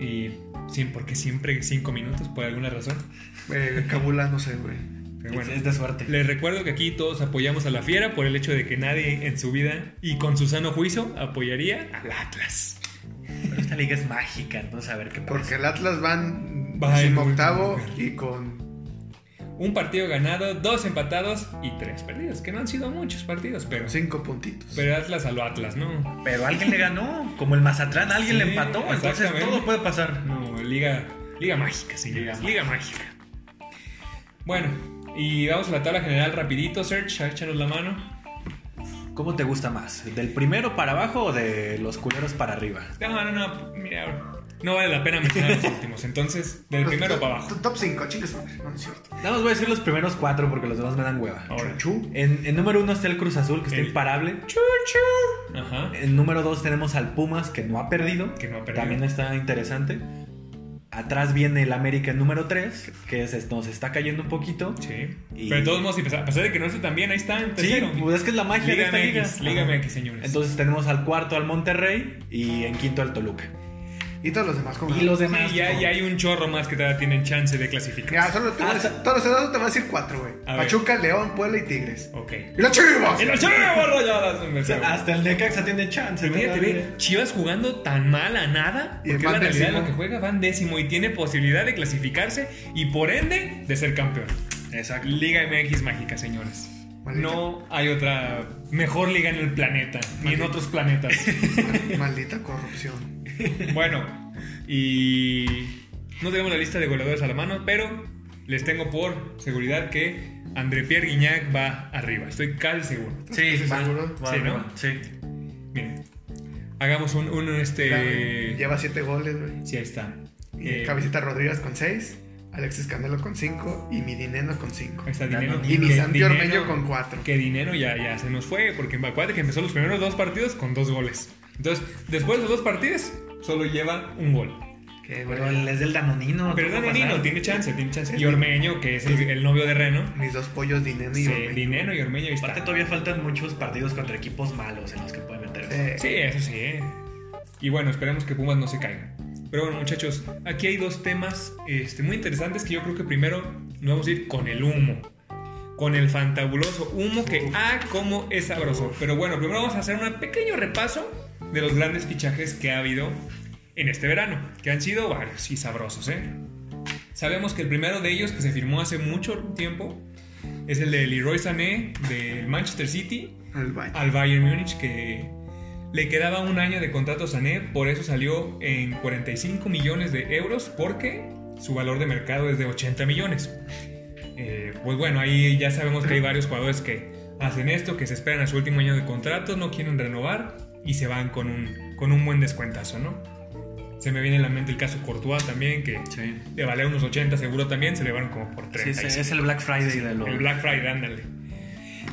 B: Y sí, porque siempre 5 minutos, por alguna razón.
C: Eh, Cabula, no sé, güey.
B: Pero bueno.
D: Es de suerte.
B: Les recuerdo que aquí todos apoyamos a la fiera por el hecho de que nadie en su vida y con su sano juicio apoyaría al Atlas.
D: Pero esta liga es mágica, entonces a ver qué pasa.
C: Porque el Atlas van
B: Va en
C: octavo
B: último lugar.
C: y con.
B: Un partido ganado, dos empatados y tres perdidos, que no han sido muchos partidos, pero,
C: Cinco puntitos.
B: pero Atlas a lo Atlas, ¿no?
D: Pero alguien le ganó, como el Mazatlán, alguien le
B: Sí,
D: empató, entonces
B: exactamente.
D: todo puede pasar.
B: No, liga, liga mágica, señores.
D: Liga
B: Liga, mágica. Bueno, y vamos a la tabla general rapidito, Serge, échanos la mano.
D: ¿Cómo te gusta más? ¿Del primero para abajo o de los culeros para arriba?
B: No, no, no, mira, no vale la pena mencionar los últimos, entonces, del
C: Los
B: primero
C: top-
B: para abajo.
C: tu Top 5, chingues, madre. No, no es cierto.
D: Nada más voy a decir los primeros cuatro porque los demás me dan hueva.
B: Ahora.
C: Chu.
D: En, en número uno está el Cruz Azul, que está
B: El-
D: imparable.
B: Ajá.
D: En número dos tenemos al Pumas, que no ha perdido.
B: Que no ha perdido.
D: También está interesante. Atrás viene el América número 3, que es, es- nos está cayendo un poquito.
B: Sí.
D: Y-
B: Pero de todos modos, y pesa- a pesar de que no esté tan bien, ahí está, en
D: Sí,
B: tercero.
D: pues es que es la magia
B: Liga
D: de esta
B: MX,
D: liga.
B: Liga
D: Ajá.
B: MX, señores.
D: Entonces tenemos al cuarto al Monterrey y en quinto al Toluca.
C: Y todos los demás, como.
D: Y los
B: Sí,
D: demás.
B: ya,
D: ¿no?
B: ya hay un chorro más que todavía tienen chance de
C: Ya,
B: clasificar.
C: solo te voy a decir- todos los demás te voy a decir cuatro, güey.
B: Ah, A ver.
C: Pachuca, León, Puebla y Tigres.
B: Ok.
C: ¡Y las chivas!
B: ¡En los Chivas Rayadas! hombre,
D: O sea, hasta el Necaxa tiene chance.
B: Imagínate,
D: todavía.
B: ve, Chivas jugando tan mal a nada,
C: Y
B: porque es la
C: van
B: realidad de lo
C: décimo.
B: que juega, van décimo y tiene posibilidad de clasificarse y por ende de ser campeón.
D: Exacto.
B: Liga MX mágica, señores.
C: Maldita.
B: No hay otra mejor liga en el planeta, ni en
C: Maldita.
B: otros planetas.
C: Maldita corrupción.
B: bueno, y no tenemos la lista de goleadores a la mano, pero les tengo por seguridad que André Pierre Guignac va arriba. Estoy casi seguro.
D: Sí, sí,
C: Bárbaro.
D: sí.
B: Sí, ¿no?
D: Sí.
B: Miren, hagamos un, un, este.
C: Lleva siete goles, güey.
B: Sí, ahí está.
C: Y
B: Eh,
C: Cabecita Rodríguez con seis. Alexis Canelo con cinco. Y mi Dineno con cinco.
B: Ahí está
D: Ya
B: dinero.
D: no,
C: Y mi
B: Que
C: Santi
B: dinero-
C: Ormeño con cuatro.
B: Que dinero ya, ya se nos fue, porque acuérdate que empezó los primeros dos partidos con dos goles. Entonces, después de los dos partidos, solo lleva un gol.
C: Qué
D: Pero
C: güey.
D: él es del Danonino.
B: Ah, Pero
D: ¿qué va a
B: Danonino
D: pasar?
B: tiene chance, tiene chance.
C: Es
B: Y Ormeño, que es el, el novio de Reno.
C: Mis dos pollos, Dineno y
B: Sí,
C: Ormeño.
B: Dinero y Ormeño ahí
D: Aparte
B: está.
D: todavía faltan muchos partidos contra equipos malos en los que puede meterse.
C: Eh,
B: Sí, eso sí. eh. Y bueno, esperemos que Pumas no se caiga. Pero bueno, muchachos, aquí hay dos temas este, muy interesantes que yo creo que primero nos vamos a ir con el humo. Con el fantabuloso humo que, ah, cómo es sabroso. Pero bueno, primero vamos a hacer un pequeño repaso de los grandes fichajes que ha habido en este verano. Que han sido varios y sabrosos, ¿eh? Sabemos que el primero de ellos que se firmó hace mucho tiempo es el de Leroy Sané del Manchester City
C: Al baño.
B: al Bayern Múnich que le quedaba un año de contrato a Sané, por eso salió en 45 millones de euros porque su valor de mercado es de 80 millones. Eh, pues bueno, ahí ya sabemos que hay varios jugadores que hacen esto, que se esperan a su último año de contrato, no quieren renovar y se van con un, con un buen descuentazo, ¿no? Se me viene a la mente el caso Courtois también, que
D: Sí.
B: le valía unos 80 seguro también, se le llevaron como por
D: Sí,
B: 30.
D: es, es el Black Friday de los.
B: El Black Friday, ándale.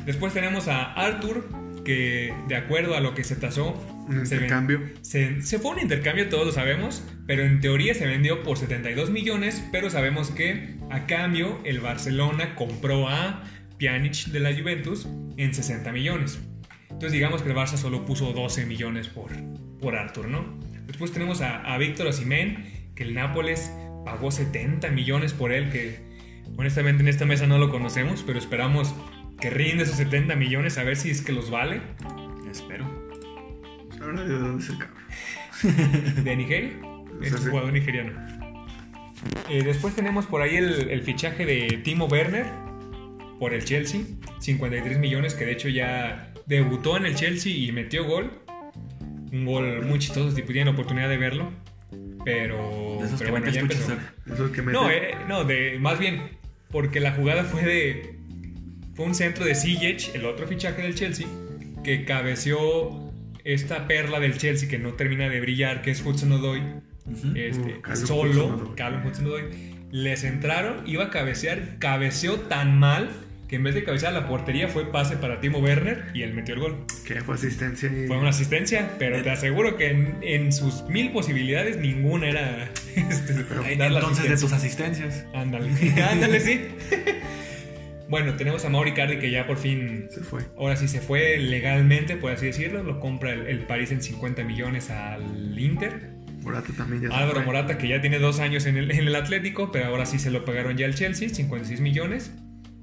B: Después tenemos a Arthur, que de acuerdo a lo que se tasó,
C: Un
D: Mm,
B: se, ven-
C: intercambio.
B: se- se fue un intercambio, todos lo sabemos, pero en teoría se vendió por 72 millones, pero sabemos que a cambio el Barcelona compró a Pjanic de la Juventus en 60 millones. Entonces digamos que el Barça solo puso 12 millones por, por Arthur, ¿no? Después tenemos a, a Víctor Osimhen, que el Nápoles pagó 70 millones por él, que honestamente en esta mesa no lo conocemos, pero esperamos que rinde esos 70 millones a ver si es que los vale.
D: Espero.
C: Pues, Ahora de dónde es el cabrón.
B: de Nigeria. Es
C: Sí,
B: un
C: sí.
B: jugador nigeriano. Eh, después tenemos por ahí el, el fichaje de Timo Werner por el Chelsea. 53 millones que de hecho ya debutó en el Chelsea y metió gol. Un gol muy chistoso, si pudieran la oportunidad de verlo. Pero,
D: De esos
B: pero
D: que
B: bueno,
D: metes
B: ya
D: puchas,
B: empezó.
D: ¿eh?
C: Eso que me
B: No, eh, no de, más bien, porque la jugada fue de. Fue un centro de Ziyech, el otro fichaje del Chelsea, que cabeceó esta perla del Chelsea que no termina de brillar, que es Hudson Odoi.
D: Ujú.
B: Este,
C: Uh, Callum
B: solo,
C: Hudson-Odoi.
B: Callum Hudson Odoi. Les entraron, iba a cabecear, cabeceó tan mal que en vez de cabecear a la portería fue pase para Timo Werner y él metió el gol.
C: Que fue asistencia y.
B: Fue una asistencia, pero te aseguro que en, en sus mil posibilidades ninguna era este,
D: Ahí,
B: dar la
D: Entonces, de
B: asistencia.
D: tus asistencias.
B: Ándale, ándale, sí. bueno, tenemos a Mauri Cardi que ya por fin,
C: Se fue.
B: ahora sí se fue legalmente, por así decirlo. Lo compra el, el París en 50 millones al Inter.
C: Morata también ya se
B: Álvaro
C: fue.
B: Morata que ya tiene dos años en el, en el Atlético, pero ahora sí se lo pagaron ya al Chelsea, 56 millones.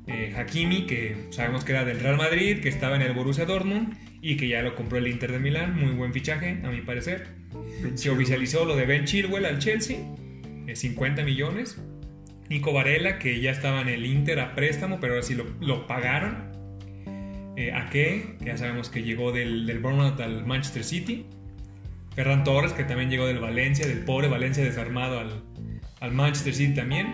B: Eh, Hakimi, que sabemos que era del Real Madrid, que estaba en el Borussia Dortmund y que ya lo compró el Inter de Milán. Muy buen fichaje, a mi parecer.
C: Ben
B: Se
C: Chilwell.
B: oficializó lo de Ben Chilwell al Chelsea, eh, 50 millones. Nico Varela, que ya estaba en el Inter a préstamo, pero ahora sí lo, lo pagaron. Eh, Ake, que ya sabemos que llegó del, del Bournemouth al Manchester City. Ferran Torres, que también llegó del Valencia, del pobre Valencia desarmado al, al Manchester City también.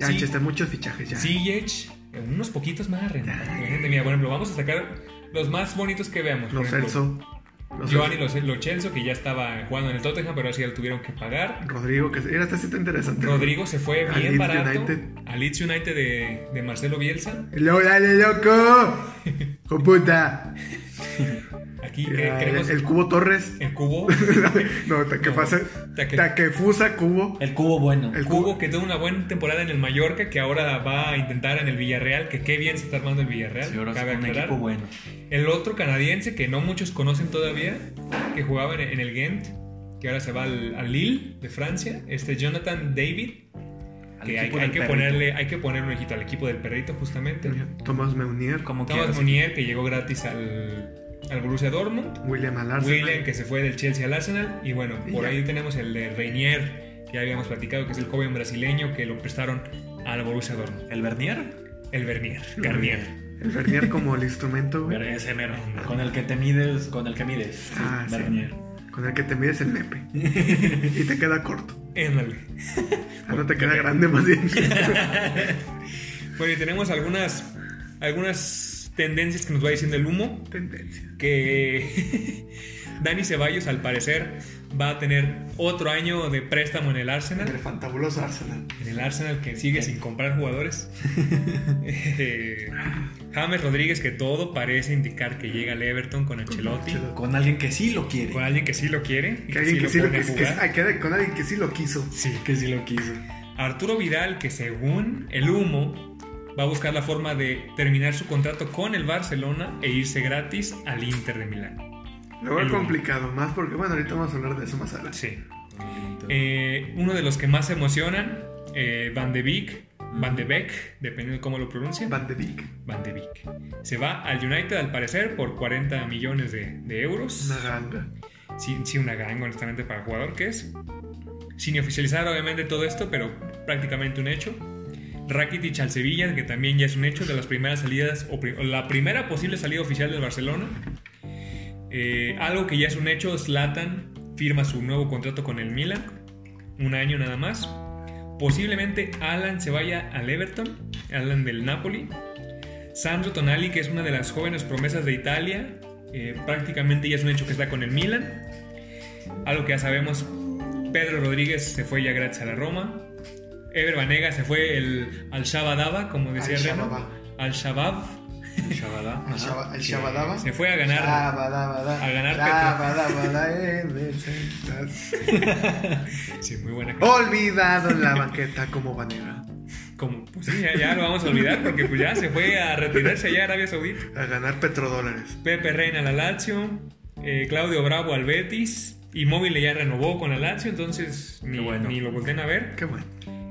C: Ya,
B: Sí,
C: che, están muchos fichajes ya.
B: Ziyech, eh, unos poquitos más, Renan. La gente mira, por ejemplo, vamos a sacar los más bonitos que veamos. por
C: Los
B: ejemplo,
C: Celso. Los
B: Giovanni
C: Celso.
B: Lo, Lo Celso, que ya estaba jugando en el Tottenham, pero así lo tuvieron que pagar.
C: Rodrigo, que era este sitio interesante.
B: Rodrigo se fue
C: Al
B: bien
C: Leeds
B: barato
C: United.
B: al Leeds United de, de Marcelo Bielsa.
C: ¡Lo, dale, loco! ¡Hijo puta!
B: Aquí Aquí que-
C: Ya,
B: queremos
C: el Cubo Torres.
B: el cubo.
C: no, Takefusa,
B: Take-
C: Takefusa Cubo.
D: El cubo bueno.
C: El
B: Cubo que tuvo una buena temporada en el Mallorca, que ahora va a intentar en el Villarreal, que qué bien se está armando el Villarreal.
D: Sí, ahora es
B: cabe
D: un
B: aclarar.
D: equipo bueno.
B: El otro canadiense que no muchos conocen todavía, que jugaba en, en el Ghent, que ahora se va al, al Lille de Francia, este Jonathan David,
D: Al
B: que hay,
D: equipo
B: hay
D: del
B: que
D: perrito.
B: ponerle, hay que ponerle un ojito al equipo del perrito justamente.
C: Tomás Meunier.
D: Como
B: Thomas
D: quieras.
B: Munier, que llegó gratis al, al Borussia Dortmund.
C: William Alarza.
B: William, que se fue del Chelsea al Arsenal. Y bueno,
C: Y
B: por
C: ya.
B: ahí tenemos el de Reinier, que ya habíamos platicado, que es el joven brasileño que lo prestaron al Borussia Dortmund.
D: ¿El Bernier?
B: El Vernier, Garnier.
C: El Bernier como el instrumento, güey.
D: Ese mero. Con el que te mides, con el que mides. Sí,
C: Ah, sí.
D: Bernier.
C: Con el que te mides el nepe. y te queda corto.
B: Ándale.
C: Ah, no te queda grande más bien.
B: Bueno, y tenemos algunas, algunas tendencias que nos va diciendo el humo.
C: Tendencia.
B: Que Dani Ceballos, al parecer, va a tener otro año de préstamo en el Arsenal.
C: El fantabuloso Arsenal.
B: En el Arsenal que sigue sin comprar jugadores. Eh, James Rodríguez, que todo parece indicar que llega al Everton con Ancelotti.
C: Ancelotti.
D: Con alguien que sí lo quiere.
B: Con alguien que sí lo quiere. y
C: Que alguien que sí lo
B: pone a
C: que- que-
B: jugar.
C: ah, que- Con alguien que sí lo quiso.
D: Sí, que sí lo quiso.
B: Arturo Vidal, que según el humo, va a buscar la forma de terminar su contrato con el Barcelona e irse gratis al Inter de Milán.
C: Luego
B: El
C: es
B: uno.
C: complicado, más porque, bueno, ahorita vamos a hablar de eso más adelante.
B: Sí. Eh, uno de los que más se emocionan, eh, Van de Beek, Van de Beek, dependiendo de cómo lo pronuncien.
C: Van de Beek,
B: Van de Beek. Se va al United al parecer por 40 millones de, de euros.
C: una ganga.
B: Sí, sí, una ganga, honestamente, para el jugador que es. Sin oficializar, obviamente, todo esto, pero prácticamente un hecho. Rakitic al Sevilla, que también ya es un hecho de las primeras salidas, o, pri- o la primera posible salida oficial del Barcelona. Eh, algo que ya es un hecho, Zlatan firma su nuevo contrato con el Milan, un año nada más. Posiblemente Alan se vaya al Everton, Alan del Napoli. Sandro Tonali, que es una de las jóvenes promesas de Italia, eh, prácticamente ya es un hecho que está con el Milan. Algo que ya sabemos, Pedro Rodríguez se fue ya gratis a la Roma. Ever Banega se fue el, al Shabadaba, como decía
C: Al
B: Remo.
C: Shababa.
B: Al Shabab.
D: Shabada.
C: Al Shaba- al Shabadaba.
B: Se fue a ganar.
C: Shabadabada,
B: a ganar
C: Shabadabada en el central.
B: Sí, muy buena canción.
C: Olvidado en la banqueta como banera.
B: Como, pues sí, ya, ya lo vamos a olvidar porque pues ya se fue a retirarse allá a Arabia Saudita.
C: A ganar petrodólares.
B: Pepe Reina a la Lazio, eh, Claudio Bravo al Betis, Inmóvil ya renovó con la Lazio, entonces ni,
D: Qué bueno.
B: ni lo voltean a ver.
C: Qué bueno.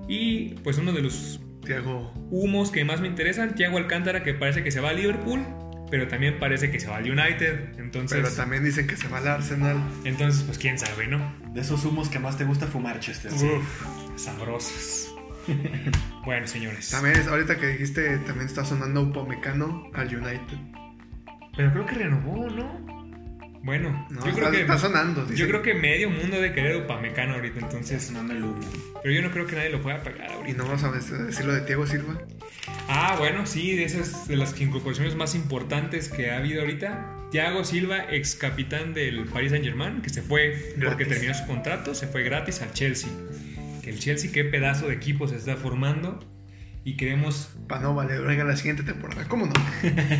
B: Y pues uno de los
C: Tiago.
B: humos que más me interesan, Thiago Alcántara que parece que se va a Liverpool, pero también parece que se va al United,
C: Pero
B: entonces,
C: también dicen que se va al Arsenal.
B: entonces pues quién sabe, ¿no?
D: De esos humos que más te gusta fumar, Chester.
C: Uf.
B: Sabrosos. bueno, señores.
C: También es, ahorita que dijiste, también está sonando Upamecano al United.
B: Pero creo que renovó, ¿no? Bueno,
C: No,
B: yo
C: está,
B: creo que
C: está sonando.
B: Yo creo que medio mundo de querer Upamecano ahorita, entonces.
D: Sonando el humo.
B: Pero yo no creo que nadie lo pueda pagar
C: Y
B: ahorita.
C: no vamos a decir lo de Tiago Silva.
B: Ah, bueno, sí, de esas de las incorporaciones más importantes que ha habido ahorita. Thiago Silva, ex capitán del Paris Saint Germain, que se fue porque
C: Gratis.
B: terminó su contrato, se fue gratis al Chelsea. Que el Chelsea, qué pedazo de equipo se está formando. Y queremos.
C: Para no valer verga la siguiente temporada. ¿Cómo no?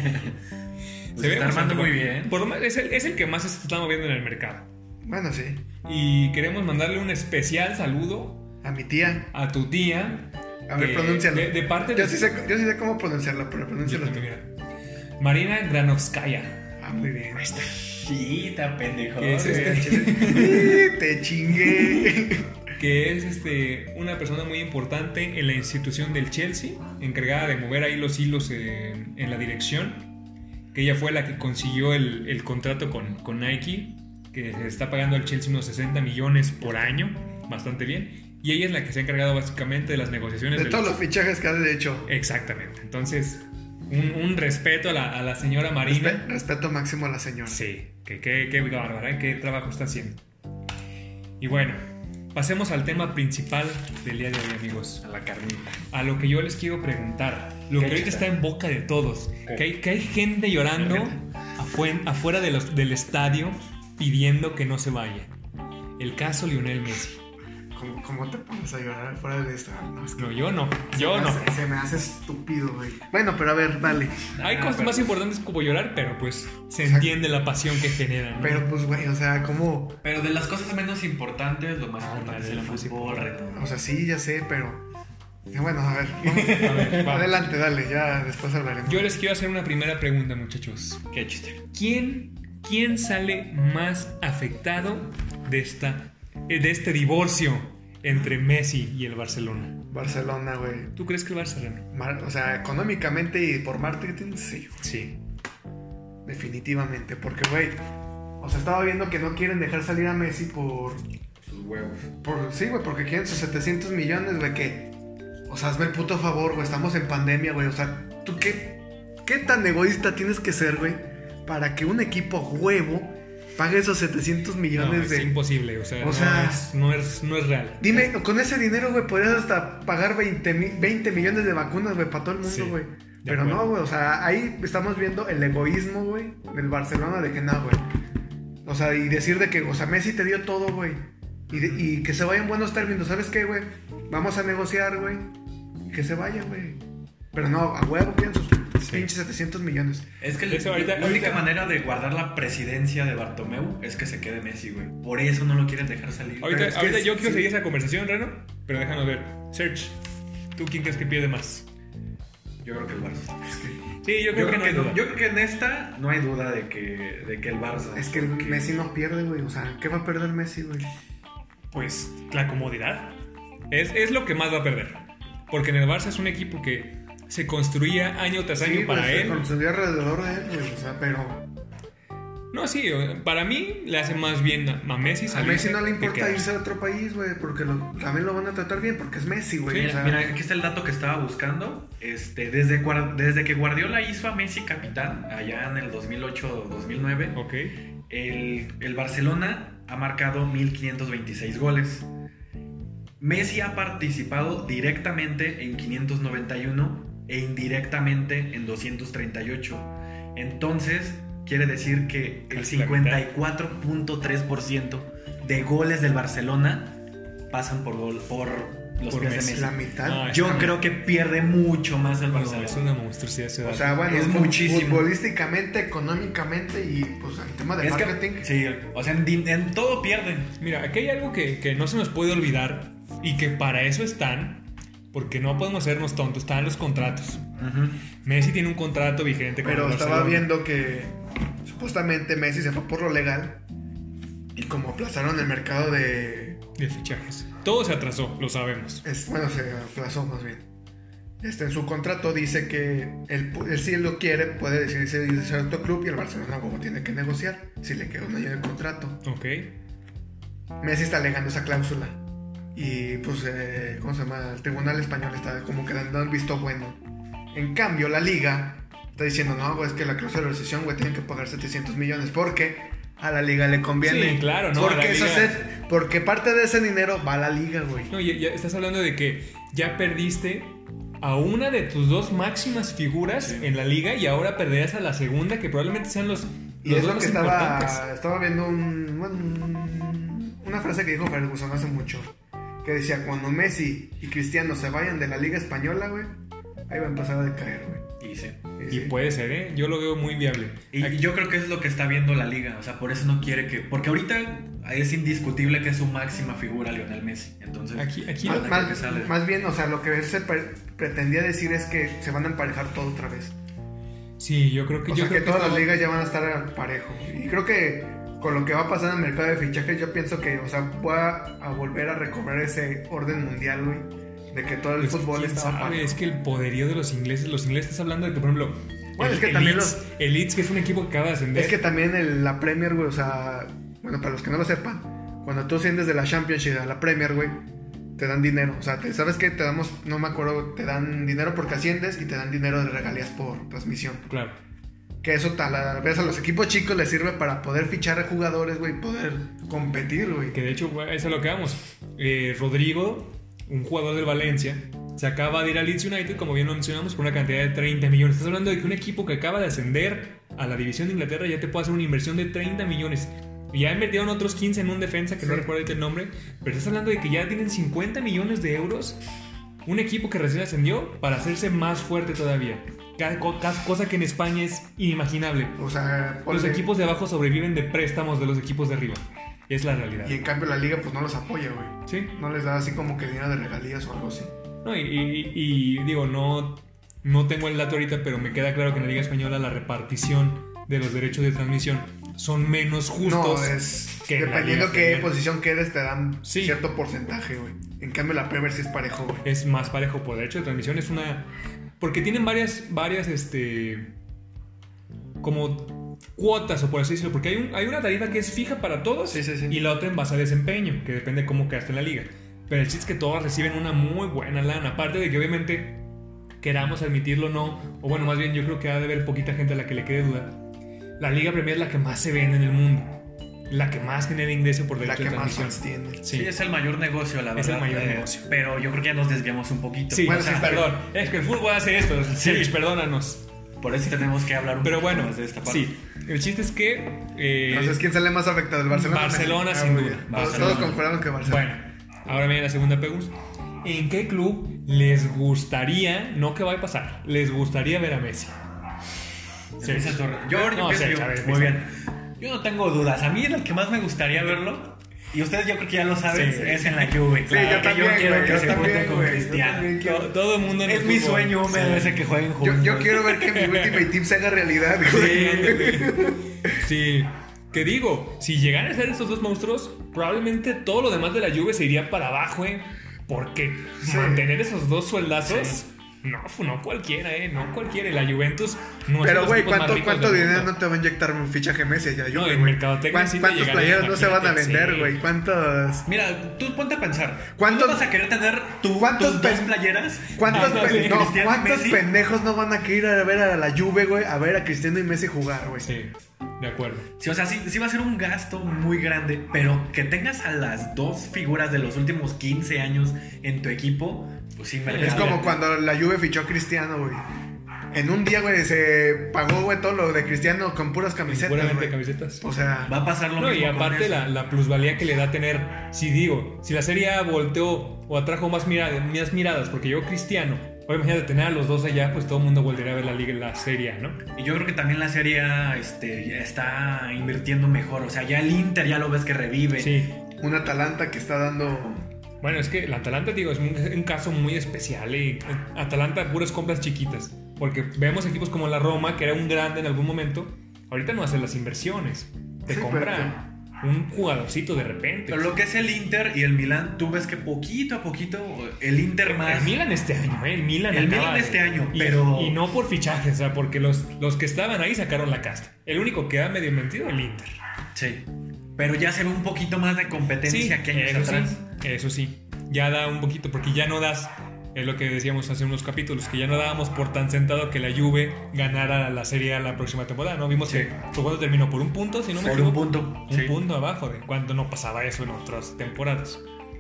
C: Pues
D: se está armando muy bien.
B: Por lo menos es el, es el que más se está moviendo en el mercado.
C: Bueno, sí.
B: Y queremos mandarle un especial saludo
C: A mi tía.
B: a tu tía.
C: A ver,
B: que-
C: pronúncialo.
B: Eh, De, de parte
C: Yo
B: de-
C: sí, sé, yo sí sé cómo pronunciarlo, pero
B: Yo
C: pronúncialo tú.
B: también, mira. Marina Granovskaya.
C: Ah, muy bien.
B: Ahí está.
D: Chita, pendejo.
B: Que es,
D: Este-
B: este,
C: Sí, Te chingué.
B: que es, este, una persona muy importante en la institución del Chelsea, encargada de mover ahí los hilos en, en la dirección. Que ella fue la que consiguió el, el contrato con, con Nike, que se está pagando al Chelsea unos 60 millones por año, bastante bien. Y ella es la que se ha encargado básicamente de las negociaciones.
C: De
B: de
C: todos
B: los-
C: los fichajes que has hecho.
B: Exactamente. Entonces, un, un respeto a la, a la señora Marina.
C: Respe- respeto máximo a la señora.
B: Sí, que qué, qué bárbara, ¿eh? qué trabajo está haciendo. Y bueno, pasemos al tema principal del día de hoy, amigos.
D: A la carnita.
B: A lo que yo les quiero preguntar, lo que
D: ¿Qué
B: ahorita
D: está?
B: está en boca de todos,
D: ¿Qué?
B: que hay, que hay gente llorando afuen- afuera de los- del estadio pidiendo que no se vaya. El caso Lionel Messi.
C: ¿Cómo, cómo te pones a llorar fuera de esta? No, es que
B: No, yo no.
C: se
B: Yo
C: me
B: no.
C: hace- se me hace estúpido, güey. Bueno, pero a ver, dale.
B: Hay
D: Ah,
B: cosas
D: pero-
B: más importantes como llorar, pero pues se
C: Exacto.
B: entiende la pasión que generan. ¿no?
C: Pero pues, güey, o sea, ¿cómo?
D: Pero de las cosas menos importantes, lo más
B: Ah,
D: importante es
B: dale,
D: el
B: lo más
D: fútbol,
B: importante.
D: reto.
C: O sea, sí, ya sé, pero. eh, Bueno, a ver. vamos.
B: A ver, va.
C: Adelante, dale, ya después hablaremos.
B: Yo les quiero hacer una primera pregunta, muchachos.
D: Qué chiste.
B: ¿Quién, quién sale más afectado de, esta, eh, de este divorcio entre Messi y el Barcelona?
C: Barcelona, güey.
B: ¿Tú crees que el Barcelona?
C: Mar- O sea, económicamente y por marketing, sí,
B: Sí.
C: definitivamente. Porque, güey, o sea, estaba viendo que no quieren dejar salir a Messi por.
E: Sus huevos.
C: por sí, güey, porque quieren sus 700 millones, güey, que. O sea, hazme el puto favor, güey, estamos en pandemia, güey. O sea, ¿tú qué, qué tan egoísta tienes que ser, güey, para que un equipo a huevo pague esos 700
B: No,
C: millones
B: es
C: de.
B: imposible, o sea,
C: o
B: no,
C: sea-
B: es, no, es, no es real.
C: Dime, con ese dinero, güey, podrías hasta pagar 20, mi- 20 millones de vacunas, güey, para todo el
B: Sí,
C: mundo, güey.
B: de
C: Pero
B: acuerdo.
C: no, güey, o sea, ahí estamos viendo el egoísmo, güey, del Barcelona de que no, güey. O sea, y decir de que, o sea, Messi te dio todo, güey. Y, de- y que se vayan buenos términos, ¿sabes qué, güey? Vamos a negociar, güey. y Que se vaya, güey. Pero no, a huevo quieren sus
B: Sí.
C: pinches 700 millones.
D: Es que
B: Eso
D: la-
B: ahorita-
D: la única
B: ahorita-
D: manera de guardar la presidencia de Bartomeu es que se quede Messi, güey. Por eso no lo quieren dejar salir.
B: Ahorita,
C: Pero es que
B: ahorita
C: es-
B: yo quiero
C: sí.
B: seguir esa conversación, Reno, pero déjanos ver. Serge, ¿tú quién crees que pierde más?
D: Yo creo que el Barça.
B: Sí, yo creo que
D: Yo creo,
B: no
D: que
B: hay duda.
D: no- yo creo que en esta no hay duda de que, de que el Barça.
C: Es que el
D: porque-
C: Messi no pierde, güey. O sea, ¿qué va a perder Messi, güey?
B: Pues la comodidad. Es, es lo que más va a perder. Porque en el Barça es un equipo que se construía año tras año
C: Sí,
B: para
C: pues,
B: él.
C: Con su vida alrededor de él, güey. O sea, pero.
B: No, sí, o- para mí le hace más bien a a Messi.
C: A
B: salirse
C: Messi no le
B: que
C: importa
B: quedarse.
C: irse a otro país, güey, porque lo- también lo van a tratar bien, porque es Messi, güey.
D: Mira,
C: o sea,
D: mira, aquí está el dato que estaba buscando. Este, desde, Guar- desde que Guardiola hizo a Messi capitán, allá en el 2008-2009,
B: Ok.
D: el, el Barcelona ha marcado 1526 goles. Messi ha participado directamente en 591 e indirectamente en 238. Entonces, quiere decir que el
B: Casi la mitad.
D: 54.3% de goles del Barcelona pasan por, gol- por los
B: Por
D: pies
B: Messi. Ah,
D: de
C: la
D: Messi.
C: mitad.
B: No, es-
D: Yo creo que pierde mucho más el
B: No,
D: Barcelona.
B: es una monstruosidad ese
C: o
B: dato.
C: sea, bueno,
D: es
C: fu-
D: muchísimo.
C: Futbolísticamente, económicamente y pues el tema de
D: Es que-
C: marketing.
D: sí, o sea, en, din- en todo pierden.
B: Mira, aquí hay algo que, que no se nos puede olvidar y que para eso están, porque no podemos hacernos tontos, están los contratos. Messi tiene un contrato vigente con
C: pero
B: el
C: estaba
B: Barcelona.
C: viendo que supuestamente Messi se fue por lo legal y como aplazaron el mercado de.
B: de fichajes. Todo se atrasó, lo sabemos.
C: es- bueno, se aplazó más bien. Este, en su contrato dice que él, pu- él, si él lo quiere, puede decidirse irse a otro club y el Barcelona como tiene que negociar si le queda un año de contrato.
B: Ok.
C: Messi está alegando esa cláusula. Y pues, eh, ¿cómo se llama? El tribunal español está como que dando el visto bueno. En cambio, la liga está diciendo, no, güey, es que la cláusula de rescisión, güey, tienen que pagar 700 millones porque a la liga le conviene.
B: Sí, claro, ¿no?
C: Porque,
B: La
C: eso
B: liga-
C: es- porque parte de ese dinero va a la liga, güey.
B: No, ya, ya estás hablando de que ya perdiste a una de tus dos máximas figuras
D: Sí.
B: en la liga y ahora perderás a la segunda, que probablemente sean los.
C: Y
B: los
C: es lo
B: más
C: que
B: importantes.
C: estaba, estaba viendo un, bueno, un- una frase que dijo Ferguson hace mucho. Que decía, cuando Messi y Cristiano se vayan de la liga española, güey, ahí va a empezar a decaer, güey.
D: Y sí.
B: Y
C: sí.
B: puede ser, ¿eh? Yo lo veo muy viable.
D: Y
B: Aquí-
D: yo creo que eso es lo que está viendo la liga. O sea, por eso no quiere que. Porque ahorita es indiscutible que es su máxima figura Lionel Messi. Entonces,
B: Aquí- aquí-
D: van a
C: Más,
D: que
C: más-
D: sale.
C: más bien, o sea, lo que él se pre- pretendía decir es que se van a emparejar todo otra vez.
B: Sí, yo creo que.
C: O
B: yo
C: sea, que,
B: creo
C: todas
B: estaba-
C: las ligas ya van a estar al parejo. Y creo que con lo que va a pasar en el mercado de fichajes, yo pienso que, o sea, va a volver a recobrar ese orden mundial, güey, de que todo el
B: Pues,
C: fútbol
B: ¿quién
C: estaba
B: sabe?
C: parejo.
B: Es que el poderío de los ingleses, los ingleses, estás hablando de que, por ejemplo.
C: Bueno,
B: el,
C: es que
B: el
C: también
B: Leeds,
C: los-
B: el Leeds, que es un equipo que acaba de ascender.
C: Es que también el- la Premier, güey, o sea, bueno, para los que no lo sepan, cuando tú asciendes de la Championship a la Premier, güey, te dan dinero. O sea, te- ¿sabes qué? Te damos, no me acuerdo, te dan dinero porque asciendes y te dan dinero de regalías por transmisión.
B: Claro.
C: Que eso tal vez a los equipos chicos les sirve para poder fichar a jugadores, güey, y poder competir, güey.
B: Que de hecho, güey, eso es lo que vamos. Eh, Rodrigo, un jugador del Valencia, se acaba de ir al Leeds United, como bien lo mencionamos, por una cantidad de 30 millones. Estás hablando de que un equipo que acaba de ascender a la división de Inglaterra ya te puede hacer una inversión de 30 millones. Y ya invirtieron otros 15 en un defensa que no
C: Sí.
B: recuerdo ahorita el nombre. Pero estás hablando de que ya tienen 50 millones de euros un equipo que recién ascendió para hacerse más fuerte todavía. Ca- co- ca- Cosa que en España es inimaginable.
C: O sea,
B: Los
C: ponle-
B: equipos de abajo sobreviven de préstamos de los equipos de arriba. Es la realidad.
C: Y en cambio la liga pues no los apoya, güey.
B: Sí.
C: No les da así como que dinero de regalías o algo así.
B: No, y, y- y- y digo, no, no tengo el dato ahorita, pero me queda claro que en la Liga Española la repartición de los derechos de transmisión son menos justos.
C: no, es
B: que en la
C: dependiendo
B: liga
C: qué
B: femenina.
C: posición quedes te dan
B: Sí.
C: cierto porcentaje, güey. En cambio la Premier sí es parejo, güey.
B: es más parejo por derecho de transmisión es una porque tienen varias varias este como cuotas o por así decirlo porque hay, un- hay una tarifa que es fija para todos
C: Sí, sí, sí.
B: y la otra en base a desempeño que depende de cómo quedaste en la liga pero el chiste es que todas reciben una muy buena lana aparte de que obviamente queramos admitirlo o no o bueno más bien yo creo que ha de haber poquita gente a la que le quede duda la liga premier es la que más se vende en el mundo la que más genera ingreso por
C: La
B: derecho
C: que
B: de
C: más
B: transmisión Eh,
C: fans tiene.
D: Sí, es el mayor negocio, la
B: Es el
D: verdad.
B: mayor
D: eh,
B: negocio.
D: Pero yo creo que ya nos desviamos un poquito.
B: Sí,
C: Bueno,
B: o
C: sí,
B: sea,
C: está bien.
B: perdón. Es que el fútbol hace esto. Sí, perdónanos.
D: Por eso tenemos que hablar un
B: Pero
D: poquito
B: bueno,
D: más de esta parte.
B: sí. El chiste es que. eh,
C: Entonces, ¿quién sale más afectado? ¿El Barcelona?
B: Barcelona,
C: Ah,
B: sin
C: muy
B: duda.
C: bien. Todos-
D: Barcelona.
C: Todos concuerdan que Barcelona.
B: bueno, ahora viene la segunda Pegus. ¿En qué club les gustaría, no que va a pasar, les gustaría ver a Messi? Sí.
D: Empieza tú. Yo, yo
B: No,
D: empiezo
B: sí,
D: yo.
B: a ver,
D: Muy bien.
B: empieza.
D: Yo no tengo dudas. A mí el que más me gustaría verlo, y ustedes yo creo que ya lo saben,
B: Sí, sí.
D: es en la Juve.
C: Sí, yo
D: que
C: también,
D: yo quiero
C: güey,
D: que
C: yo
D: se
C: también,
D: junte con
C: güey, yo
D: Cristiano.
C: también.
B: To- Todo el mundo en el
D: Es mi
B: fútbol.
D: sueño húmedo
B: Sí.
D: ese que jueguen juntos.
C: Yo, yo quiero ver que mi Ultimate Team se haga realidad,
B: Sí,
C: güey.
B: ándale. sí. Que digo, si llegaran a ser estos dos monstruos, probablemente todo lo demás de la Juve se iría para abajo, ¿eh? Porque
C: Sí.
B: mantener esos dos sueldazos,
D: Sí.
B: no, fu- no cualquiera, ¿eh? No cualquiera. Y la Juventus no es de
C: Pero,
B: los
C: güey,
B: equipos más
C: ¿cuánto,
B: ricos
C: cuánto
B: del
C: dinero
B: mundo.
C: no te va a inyectar un fichaje Messi? Ya, yo,
B: No,
C: güey,
B: en
C: güey?
B: mercadotecnia
C: ¿Cuán-
B: sí te
C: ¿Cuántos
B: llegaría,
C: playeros no se van a
B: imagínate,
C: vender,
B: sí.
C: güey? ¿Cuántos,
D: Mira, tú ponte a pensar.
C: ¿Cuántos-
D: ¿Cuántos vas a querer tener tu,
C: ¿Cuántos
D: tus dos
C: pe-
D: playeras?
C: cuántos,
B: Ándale,
C: pe- no,
D: Cristiano
C: cuántos
D: Messi.
C: pendejos no van a querer ir a ver a la Juve, güey? A ver a Cristiano y Messi jugar, güey.
B: Sí, de acuerdo.
D: Sí, o sea, sí, sí va a ser un gasto muy grande, pero que tengas a las dos figuras de los últimos 15 años en tu equipo, pues sí me
C: Es como cuando la Juve fichó a Cristiano, güey. En un día, güey, se pagó, güey, todo lo de Cristiano con puras camisetas,
B: Seguramente
C: güey. Pues,
B: camisetas.
C: O sea,
D: Va a pasar lo
B: No,
D: mismo.
B: y
D: con
B: aparte
D: eso.
B: la, la plusvalía que le da tener, si digo, si la serie A volteó o atrajo más miradas, más miradas porque yo Cristiano, o imagínate tener a los dos allá, pues todo el mundo volvería a ver la liga, la serie A, ¿no?
D: Y yo creo que también la serie A, este, ya está invirtiendo mejor. O sea, ya el Inter ya lo ves que revive.
B: Sí.
C: un Atalanta que está dando
B: Bueno, es que la Atalanta, digo, es un, un caso muy especial. Y Atalanta, puras compras chiquitas. Porque vemos equipos como la Roma, que era un grande en algún momento. Ahorita no hacen las inversiones. Te
C: Sí, pero-
B: compran un jugadorcito de repente.
D: Pero lo que es el Inter y el Milan, tú ves que poquito a poquito el Inter más.
B: El Milan este año, ¿eh? El Milan,
D: El
B: acaba
D: Milan
B: de-
D: este año,
B: y,
D: pero-
B: Y no por fichajes, o sea, porque los, los que estaban ahí sacaron la casta. El único que ha medio mentido, el Inter.
D: Sí. Pero ya se ve un poquito más de competencia que años
B: eso
D: atrás.
B: sí, eso sí. Ya da un poquito, porque ya no das, es lo que decíamos hace unos capítulos, que ya no dábamos por tan sentado que la Juve ganara la Serie A la próxima temporada, ¿no? Vimos
D: Sí.
B: que fue cuando terminó por un punto, si no me
D: Por un
B: equivoco.
D: punto.
B: Un
D: sí.
B: punto abajo de cuando no pasaba eso en otras temporadas.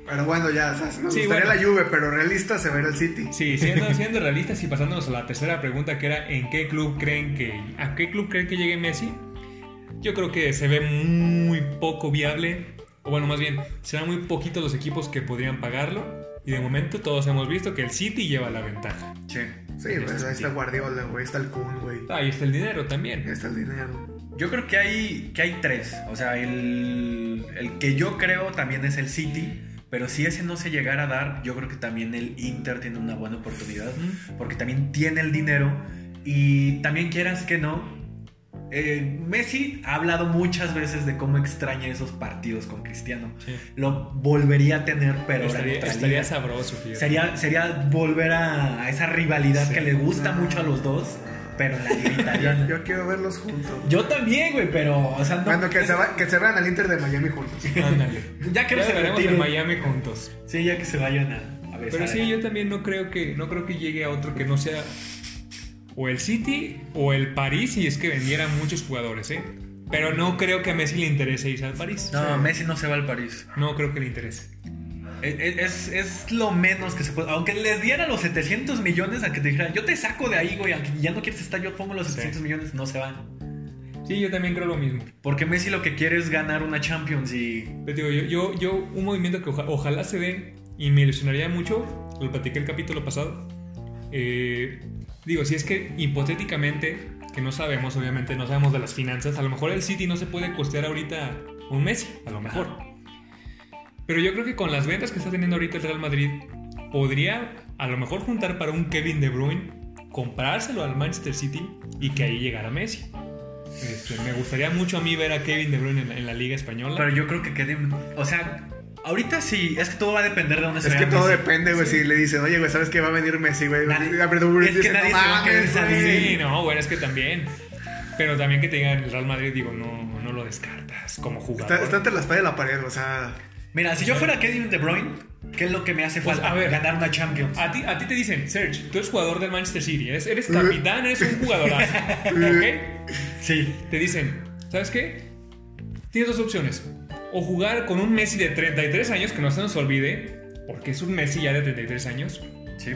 C: Pero bueno, ya, o sea, nos
B: Sí,
C: gustaría
B: bueno.
C: la Juve, pero realista se verá el City.
B: Sí, siendo, siendo realistas y pasándonos a la tercera pregunta que era ¿en qué club creen que a qué club creen que llegue Messi? Yo creo que se ve muy poco viable, o bueno, más bien, serán muy poquitos los equipos que podrían pagarlo y de momento todos hemos visto que el City lleva la ventaja.
D: Sí.
C: Sí,
B: En
C: pues
B: este
C: ahí está
B: sentido.
C: Guardiola, güey, ahí está el Kun, güey.
B: Ahí está el dinero también.
C: Ahí está el dinero.
D: Yo creo que hay, que hay tres. O sea, el, el que yo creo también es el City. Pero si ese no se llegara a dar, yo creo que también el Inter tiene una buena oportunidad. Porque también tiene el dinero. Y también quieras que no. eh, Messi ha hablado muchas veces de cómo extraña esos partidos con Cristiano.
B: Sí.
D: Lo volvería a tener, pero ahora en
B: estaría,
D: otra
B: estaría
D: liga.
B: sabroso. fíjate.
D: Sería, sería volver a, a esa rivalidad
B: Sí. Ah.
D: que le gusta mucho a los dos, pero en la liga italiana.
C: Yo quiero verlos juntos.
D: Yo también, güey, pero, o sea, no-
C: Bueno, que se, va- que se vean al Inter de Miami juntos.
B: Ándale.
D: Ya que
B: Ya
D: no se
B: veremos
D: retiren.
B: en Miami juntos.
D: Sí, ya que se vayan a, a besar.
B: Pero sí, yo también no creo que no creo que llegue a otro que no sea o el City o el París si es que vendieran muchos jugadores, ¿eh? Pero no creo que a Messi le interese irse al París.
D: No, Messi no se va al París.
B: No creo que le interese.
D: Es, es- es lo menos que se puede. Aunque les diera los 700 millones a que te dijera, yo te saco de ahí, güey, aunque ya no quieres estar, yo pongo los 700 millones, no se van.
B: Sí, Sí, yo también creo lo mismo.
D: Porque Messi lo que quiere es ganar una Champions y
B: Te Pues digo, yo, yo, yo, un movimiento que oja- ojalá se dé y me ilusionaría mucho, lo platiqué el capítulo pasado. eh, digo, si es que hipotéticamente, que no sabemos, obviamente no sabemos de las finanzas, a lo mejor el City no se puede costear ahorita un Messi, a lo mejor. Pero yo creo que con las ventas que está teniendo ahorita el Real Madrid, podría a lo mejor juntar para un Kevin De Bruyne, comprárselo al Manchester City y que ahí llegara Messi. Este, me gustaría mucho a mí ver a Kevin De Bruyne en la, en la Liga Española.
D: Pero yo creo que queden. O sea, ahorita sí. Es que todo va a depender de dónde se
C: Es que
D: vea
C: todo
D: Messi.
C: depende, güey. Si le dicen, oye, güey, ¿sabes qué va a venir Messi, güey?
D: Nadie-
C: Abre tu-
D: es que
C: dice,
D: nadie
C: "No
D: se va a querer
C: mames,
D: salir".
C: güey".
B: Sí, no, bueno, es que también. Pero también que te digan el Real Madrid, digo, no, no lo descartas como jugador.
C: Está, está entre la espada y la pared, o sea.
D: Mira, si yo fuera Kevin De Bruyne, ¿qué es lo que me hace
B: Pues,
D: falta?
B: a ver. Ah.
D: Ganar una Champions.
B: A ti, a ti te dicen, Serge, tú eres jugador del Manchester City, eres, eres capitán, eres un jugadorazo. ¿Ok?
D: sí.
B: Te dicen, ¿sabes qué? Tienes dos opciones. O jugar con un Messi de 33 años, que no se nos olvide, porque es un Messi ya de 33 años,
D: Sí.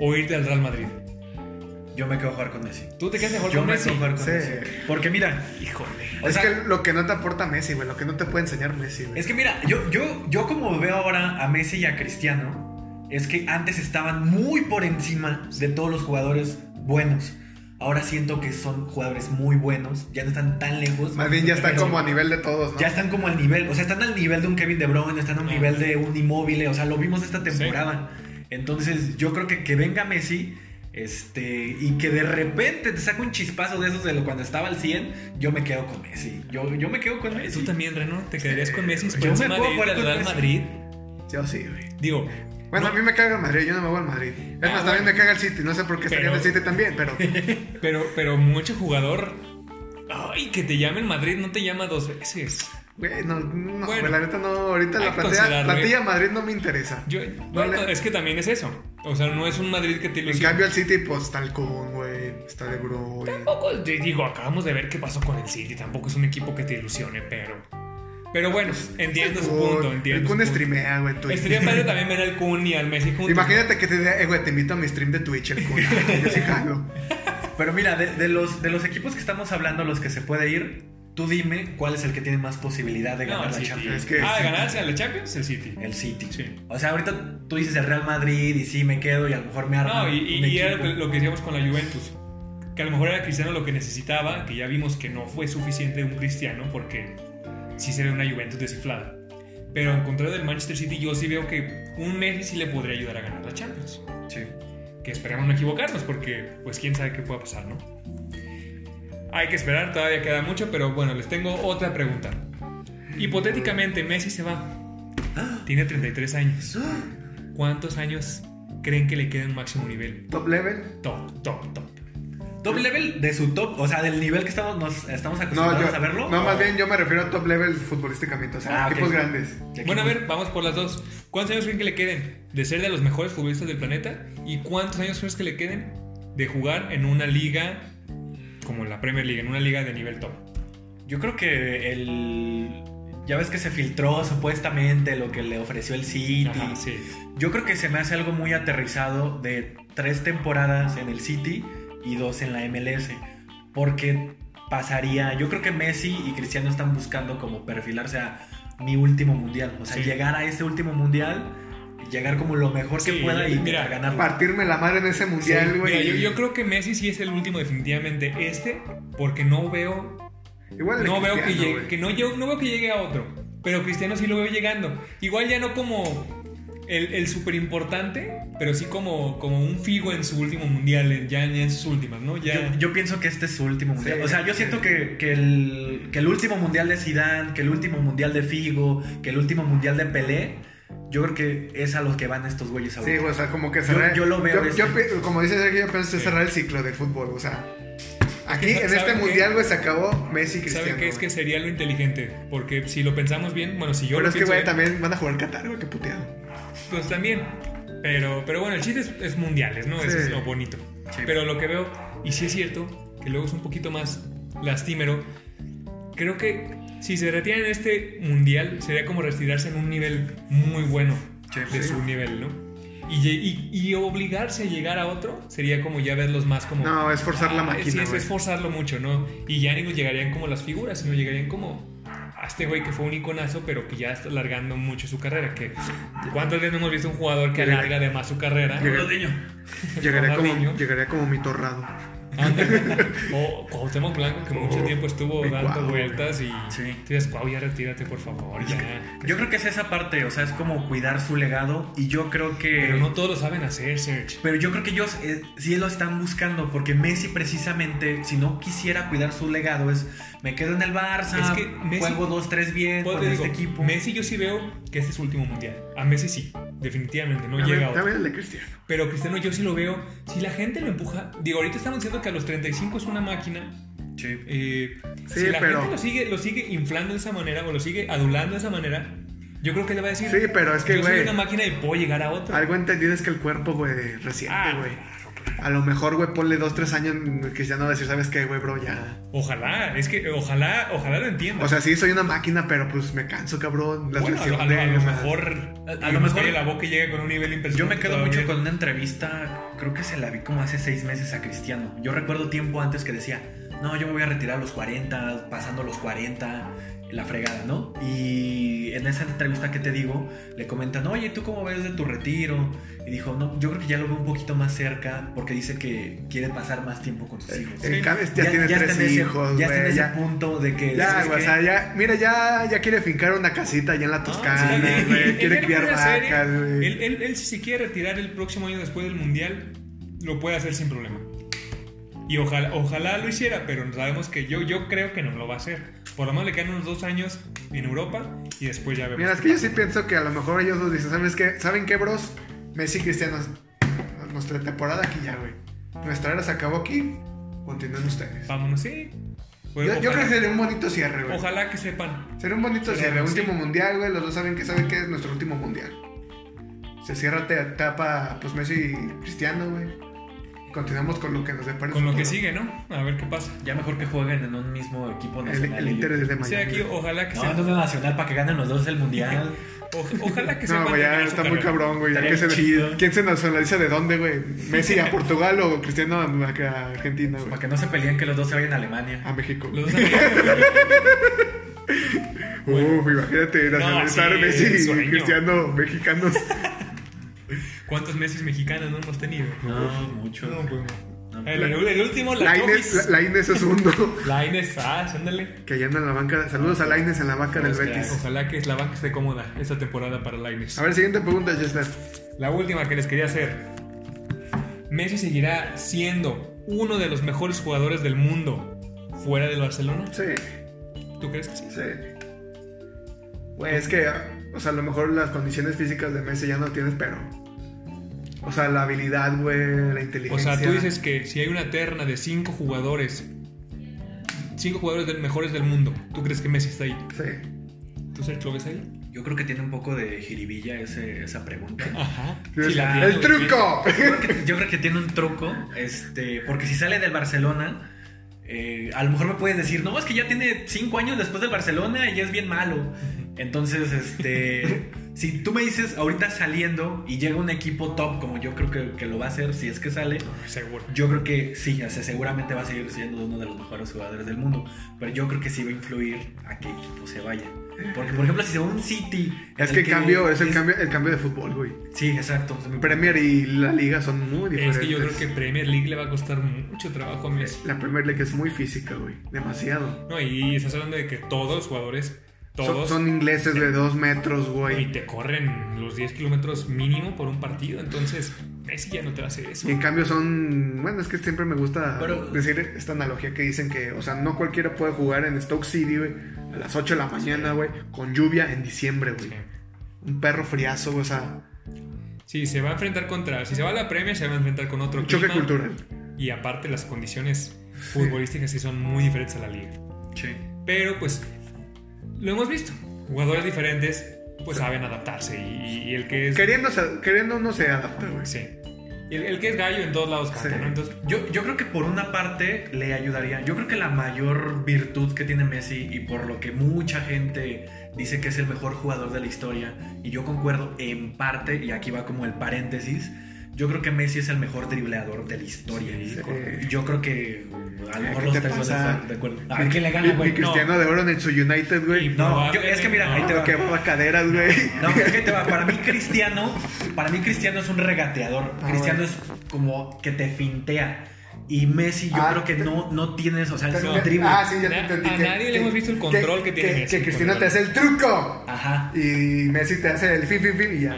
B: o irte al Real Madrid.
D: Yo me quedo a jugar con Messi.
B: Tú te quedas mejor
D: Yo
B: con
D: me
B: Messi.
D: quedo a jugar con
C: Sí.
D: Messi. Porque mira,
B: Híjole.
D: o
C: es
D: sea,
C: que lo que no te aporta Messi, güey, lo que no te puede enseñar Messi, güey.
D: Es que mira, yo, yo, yo como veo ahora a Messi y a Cristiano, es que antes estaban muy por encima de todos los jugadores buenos. Ahora siento que son jugadores muy buenos, ya no están tan lejos.
C: Más bien ya está
D: Pero
C: como a nivel de todos, ¿no?
D: Ya están como al nivel, o sea, están al nivel de un Kevin De Bruyne, están al
B: No.
D: nivel de un inmóvil, o sea, lo vimos esta temporada. Entonces, yo creo que que venga Messi, este, y que de repente te saque un chispazo de esos de lo cuando estaba al 100, yo me quedo con Messi. Yo, yo me quedo con Messi.
B: Tú también, Reno, te quedarías con Messi por
D: Yo me
B: encima
D: puedo
B: de irte
D: jugar
B: al
D: con
B: Real
D: Messi.
B: Madrid.
C: Yo sí, güey.
B: Digo,
C: Bueno,
B: No.
C: a mí me caga el Madrid, yo no me voy al Madrid. Es
B: Ah,
C: más,
B: bueno.
C: también me caga el City, no sé por qué está
B: Pero-
C: en el City también, pero.
B: Pero, pero mucho jugador. Ay, que te llame el Madrid no te llama dos veces.
C: Güey, no, no,
B: Bueno.
C: güey, la neta no, ahorita
B: Hay
C: la
B: que
C: plantilla,
B: considerarlo,
D: ¿eh?
C: plantilla Madrid no me interesa.
B: Yo, bueno, es que también es eso. O sea, no es un Madrid que te
C: en
B: ilusiona.
C: cambio, el City, pues, tal con, güey, está de bro,
B: Tampoco, te digo, acabamos de ver qué pasó con el City. Tampoco es un equipo que te ilusione, pero. Pero bueno, entiendo su punto,
C: Pues, El
B: entiendo.
C: Kun
B: su punto.
C: streamea, güey, en Twitch.
B: Estaría padre también ver al Kun y al Messi juntos.
C: Imagínate que te diga, eh, güey, te invito a mi stream de Twitch, el Kun. yo sí jalo.
D: Pero mira, de, de los, de los equipos que estamos hablando, los que se puede ir, tú dime cuál es el que tiene más posibilidad de
B: No,
D: ganar
B: el
D: la
B: City.
D: Champions.
C: Es que-
B: ah, ganarse a la Champions, el City.
D: El City.
B: Sí.
D: O sea, ahorita tú dices el Real Madrid y sí, me quedo y a lo mejor me armo.
B: No, y,
D: un
B: y- y era lo
D: equipo.
B: que, lo que decíamos con la Juventus. Que a lo mejor era Cristiano lo que necesitaba, que ya vimos que no fue suficiente un Cristiano, porque sí se ve una Juventus desciflada. Pero en contrario del Manchester City, yo sí veo que un Messi sí le podría ayudar a ganar la Champions.
D: Sí.
B: Que esperemos no equivocarnos, porque pues quién sabe qué pueda pasar, ¿no? Hay que esperar, todavía queda mucho, pero bueno, les tengo otra pregunta. Hipotéticamente, Messi se va. Tiene 33 años. ¿Cuántos años creen que le queda en máximo nivel?
C: Top level.
B: Top, top, top.
D: Top level de su top, o sea, del nivel que estamos, nos estamos
C: No,
D: acostumbrados
C: yo,
D: a verlo.
C: no, más
D: o-
C: bien yo me refiero a top level futbolísticamente, o sea,
D: Ah, ok.
C: equipos grandes.
D: de
B: Bueno, a
D: equipos.
B: ver, vamos por las dos. ¿Cuántos años creen que le queden de ser de los mejores futbolistas del planeta? ¿Y cuántos años crees que le queden de jugar en una liga como la Premier League, en una liga de nivel top?
D: Yo creo que el. Ya ves que se filtró supuestamente lo que le ofreció el City.
B: Ajá, sí.
D: Yo creo que se me hace algo muy aterrizado de tres temporadas en el City y dos en la MLS. Porque pasaría, yo creo que Messi y Cristiano están buscando como perfilarse a mi último mundial. O sea,
B: Sí.
D: llegar a ese último mundial, llegar como lo mejor
B: Sí,
D: que pueda y
B: mira,
D: ganar.
C: Partirme la madre en ese mundial, güey.
B: Mira, yo, yo creo que Messi sí es el último definitivamente este, porque no veo,
C: Igual el
B: no veo que
C: Cristiano,
B: llegue,
C: güey.
B: que no, yo, no veo que llegue a otro. Pero Cristiano sí lo veo llegando. Igual ya no como el, el súper importante, pero sí como, como un figo en su último mundial, en- ya, ya en sus últimas, ¿no? Ya,
D: Yo, yo pienso que este es su último mundial.
C: Sí,
D: o sea, yo
C: sí.
D: siento que, que el, que el último mundial de Zidane, que el último mundial de Figo, que el último mundial de Pelé, yo creo que es a los que van estos güeyes ahorita.
C: Sí, güey, o sea, como que cerrar.
D: yo lo veo
C: Yo,
D: de
C: yo
D: este-
C: pi- como dice Sergio, yo pienso
B: Sí.
C: cerrar el ciclo del fútbol. O sea, aquí
B: ¿Sabe
C: en este
B: qué?
C: mundial, güey, se acabó Messi y Cristiano.
B: ¿Sabe qué? Es
C: güey.
B: que sería lo inteligente. Porque si lo pensamos bien, bueno, si yo
C: Pero
B: lo
C: es que,
B: pienso
C: güey,
B: bien,
C: también van a jugar Qatar, güey, qué puteado.
B: Pues también. Pero, pero bueno, el chiste es, es mundiales, ¿no? Eso
C: Sí.
B: es lo bonito.
D: Sí.
B: Pero lo que veo, y sí es cierto, que luego es un poquito más lastimero. Creo que si se retiran en este mundial, sería como retirarse en un nivel muy bueno
D: Sí,
B: de
D: sí.
B: su nivel, ¿no? Y, lle- y- y obligarse a llegar a otro sería como ya verlos más como.
C: No, es forzar la
B: Ah, Sí,
C: máquina,
B: es,
C: güey.
B: es forzarlo mucho, ¿no? Y ya no llegarían como las figuras, sino llegarían como a este güey que fue un iconazo, pero que ya está alargando mucho su carrera. Que, ¿Cuántas veces no hemos visto un jugador que
C: Llegaré.
B: alarga además su carrera?
C: Llegaré.
B: Ronaldinho.
C: Llegaría
B: Ronaldinho.
C: como, llegaría como mi torrado.
B: Ándale. o Cuauhtémoc Blanco, que mucho
C: Oh,
B: tiempo estuvo
C: mi
B: dando
C: Cuau,
B: vueltas y
D: Sí.
B: tú dices, Cuau, ya retírate, por favor, ya.
D: Yo creo que es esa parte, o sea, es como cuidar su legado y yo creo que...
B: Pero no todos lo saben hacer, Serge.
D: Pero yo creo que ellos eh, sí lo están buscando, porque Messi precisamente, si no quisiera cuidar su legado, es me quedo en el Barça,
B: Es que Messi-
D: juego dos, tres bien
B: Pues
D: con
B: te
D: este
B: digo,
D: equipo.
B: Messi yo sí veo que este es su último mundial. A Messi sí, definitivamente, no llega a
C: También
B: otro.
C: también el de Cristiano.
B: Pero Cristiano yo sí lo veo. Si la gente lo empuja, digo, ahorita estamos diciendo que a los 35 es una máquina.
D: Sí.
B: eh,
C: Sí,
B: si la
C: pero-
B: gente lo sigue, lo sigue inflando de esa manera o lo sigue adulando de esa manera, yo creo que le va a decir,
C: Sí, pero es que,
B: yo soy
C: güey,
B: una máquina y puedo llegar a otra.
C: algo entendido es que el cuerpo, güey,
B: Ah,
C: reciente, güey.
B: claro, claro.
C: A lo mejor, güey, ponle dos, tres años, Cristiano va a decir, ¿sabes qué, güey, bro? Ya.
B: Ojalá, es que ojalá, ojalá lo entienda.
C: O sea, sí, soy una máquina, pero pues me canso, cabrón. Las
B: Bueno, a lo- a, lo- a
C: lesiones,
B: lo
C: o sea,
B: mejor, a,
D: a
B: lo
D: lo
B: mejor
D: mejor-
B: la boca llega con un nivel
D: Pues Yo
B: impresionante.
D: me quedo
B: todavía.
D: mucho con una entrevista, creo que se la vi como hace seis meses a Cristiano. Yo recuerdo tiempo antes que decía, no, yo me voy a retirar a los 40, pasando los 40, la fregada, ¿no? Y en esa entrevista que te digo, le comentan, oye, ¿tú cómo ves de tu retiro? Y dijo, no, yo creo que ya lo veo un poquito más cerca porque dice que quiere pasar más tiempo con sus hijos.
C: El Cavs Eh, ya, tiene
D: está
C: tres
D: en ese-
C: hijos, güey.
D: ya está en ese
C: ya-
D: punto de que...
C: Ya,
D: ¿sabes
C: güey, o
D: qué?
C: sea, ya, mira, ya, ya quiere fincar una casita allá en la Toscana,
B: Ah, sí,
C: güey.
B: él- él
C: quiere
B: ya lo
C: criar
B: puede hacer, ¿eh?
C: vacas, güey.
B: Él, él- él si se quiere retirar el próximo año después del Mundial, lo puede hacer sin problema. Y ojalá, ojalá lo hiciera, pero sabemos que yo, yo creo que no lo va a hacer. Por lo menos le quedan unos dos años en Europa y después ya vemos.
C: Mira, es que yo sí pienso que a lo mejor ellos dos dicen, ¿sabes qué? ¿Saben qué, bros? Messi y Cristiano, nuestra temporada aquí ya, güey. Nuestra era se acabó aquí, continúen ustedes.
B: Vámonos, sí. Pues,
C: Yo, yo creo
B: Ah, ojalá,
C: que sería un bonito cierre, güey.
B: ojalá que sepan.
C: Sería un bonito
B: Pero,
C: cierre,
B: sí.
C: último mundial, güey. Los dos saben que saben que es nuestro último mundial. Se cierra te etapa, pues Messi y Cristiano, güey. Continuamos con lo que nos depara. el
B: Con lo que
C: futuro.
B: sigue, ¿no? A ver qué pasa.
D: Ya mejor que jueguen en un mismo equipo
C: El,
D: nacional.
C: el
D: y-
C: Inter es de
B: O
C: Miami.
B: sea, aquí, ojalá que
D: No,
B: sepan.
D: no, no, nacional para que ganen los dos el mundial.
B: o- ojalá que sepan.
C: No, güey, ya
B: terminar su
C: está muy
B: carrera.
C: cabrón, güey. ya
D: Estaría
C: que se-
D: chido.
C: ¿Quién se nacionaliza de dónde, güey? ¿Messi a Portugal o Cristiano a, a Argentina, güey?
D: Para que no se peleen que los dos se vayan a Alemania.
C: A México.
B: Los dos amigos. bueno.
C: Uf, imagínate, nacionalizar
B: sí,
C: Messi y
B: sueño.
C: Cristiano mexicanos.
B: ¿Cuántos meses mexicanos no hemos tenido?
D: No, mucho.
B: No, pues,
D: No.
B: El, el- el último, la
C: La Inés,
B: Chofis.
C: la- la Inés es uno
B: La Inés, ah, ándale.
C: que allá anda en la banca. Saludos a la Inés en la banca del
D: Ostras.
C: Betis.
B: Ojalá que la banca esté cómoda esta temporada para la Inés.
C: A ver, siguiente pregunta, Chester.
B: La última que les quería hacer. ¿Messi seguirá siendo uno de los mejores jugadores del mundo fuera del Barcelona?
C: Sí,
B: ¿Tú crees que sí?
C: sí. Güey, es que, o sea, a lo mejor las condiciones físicas de Messi ya no tienes, pero. O sea, la habilidad, güey, la
B: O
C: inteligencia.
B: sea, tú dices que si hay una terna de cinco jugadores, cinco jugadores del- mejores del mundo, ¿tú crees que Messi está ahí?
C: Sí.
B: ¿Tú, Sergio, lo ves ahí?
D: Yo creo que tiene un poco de jiribilla ese, esa pregunta.
B: Ajá.
C: Es-
B: Sí, la tiene,
C: ¡El
B: lo
C: truco!
D: Yo creo que- Yo creo que tiene un truco, este, porque si sale del Barcelona, eh, a lo mejor me puedes decir, no, es que ya tiene cinco años después del Barcelona y ya es bien malo. Entonces, este, si tú me dices ahorita saliendo y llega un equipo top, como yo creo que, que lo va a hacer, si es que sale,
B: tiene, Seguro.
D: Yo creo que sí, o sea, seguramente va a seguir siendo uno de los mejores jugadores del mundo, pero yo creo que sí va a influir a qué equipo se vaya. Porque, por ejemplo, si se va a un City...
C: Es
D: el
C: que el cambio, es el cambio, el cambio de fútbol, güey.
D: Sí, exacto. es mi-
C: Premier y la liga son muy
B: Es
C: diferentes.
B: que yo creo que Premier League le va a costar mucho trabajo a Messi.
C: La Premier League es muy física, güey. Demasiado.
B: No, y estás hablando de que todos los jugadores, todos,
C: Son, son ingleses de dos metros, güey.
B: y te corren los 10 kilómetros mínimo por un partido. Entonces, Messi ya no te va a hacer eso.
C: Y en cambio son... Bueno, es que siempre me gusta
D: Pero-
C: decir esta analogía que dicen que... O sea, no cualquiera puede jugar en Stoke City, güey. A las 8 de la mañana, güey. Con lluvia en diciembre, güey. Un perro friazo, güey. O sea,
B: Sí, se va a enfrentar contra. Si se va a la Premier, se va a enfrentar con otro
C: un choque
B: clima.
C: cultural.
B: Y aparte, las condiciones futbolísticas sí son muy diferentes a la liga.
D: Sí.
B: Pero pues lo hemos visto. Jugadores diferentes pues saben adaptarse y, y el que es...
C: Queriendo, queriendo uno se adapta, güey.
B: Sí. El, el que es gallo en todos lados canta,
C: Sí.
B: ¿no? Entonces,
D: Yo, yo creo que por una parte le ayudaría. Yo creo que la mayor virtud que tiene Messi y por lo que mucha gente dice que es el mejor jugador de la historia, y yo concuerdo en parte, y aquí va como el paréntesis, yo creo que Messi es el mejor dribleador de la historia.
C: Sí.
D: Y Yo creo que a lo mejor
C: ¿Qué
D: los
C: te
D: tres van a
C: pasa?
D: estar de acuerdo. Ah,
E: ¿A qué le
C: Mi,
E: gana,
C: mi
E: güey? No.
C: Cristiano de Oro en el su United, güey.
B: Y-
D: no, yo- es que mira, ahí te
C: Lo
D: va.
C: quebraba caderas, güey.
D: No, es que te va. Para mí Cristiano, para mí Cristiano es un regateador.
C: Ah,
D: Cristiano
C: bueno.
D: es como que te fintea. Y Messi yo
C: Ah,
D: creo que
C: te-
D: no, no tienes, o sea, es
C: Te-
D: un
C: te-
D: drible.
C: Ah, sí, ya te
B: A
C: entendí. que-
B: nadie le hemos visto el control que tiene Messi
C: Que
B: con
C: Cristiano
B: el
C: te
B: balón.
C: hace el truco.
D: Ajá.
C: Y Messi te hace el fin, fin, fin y ya.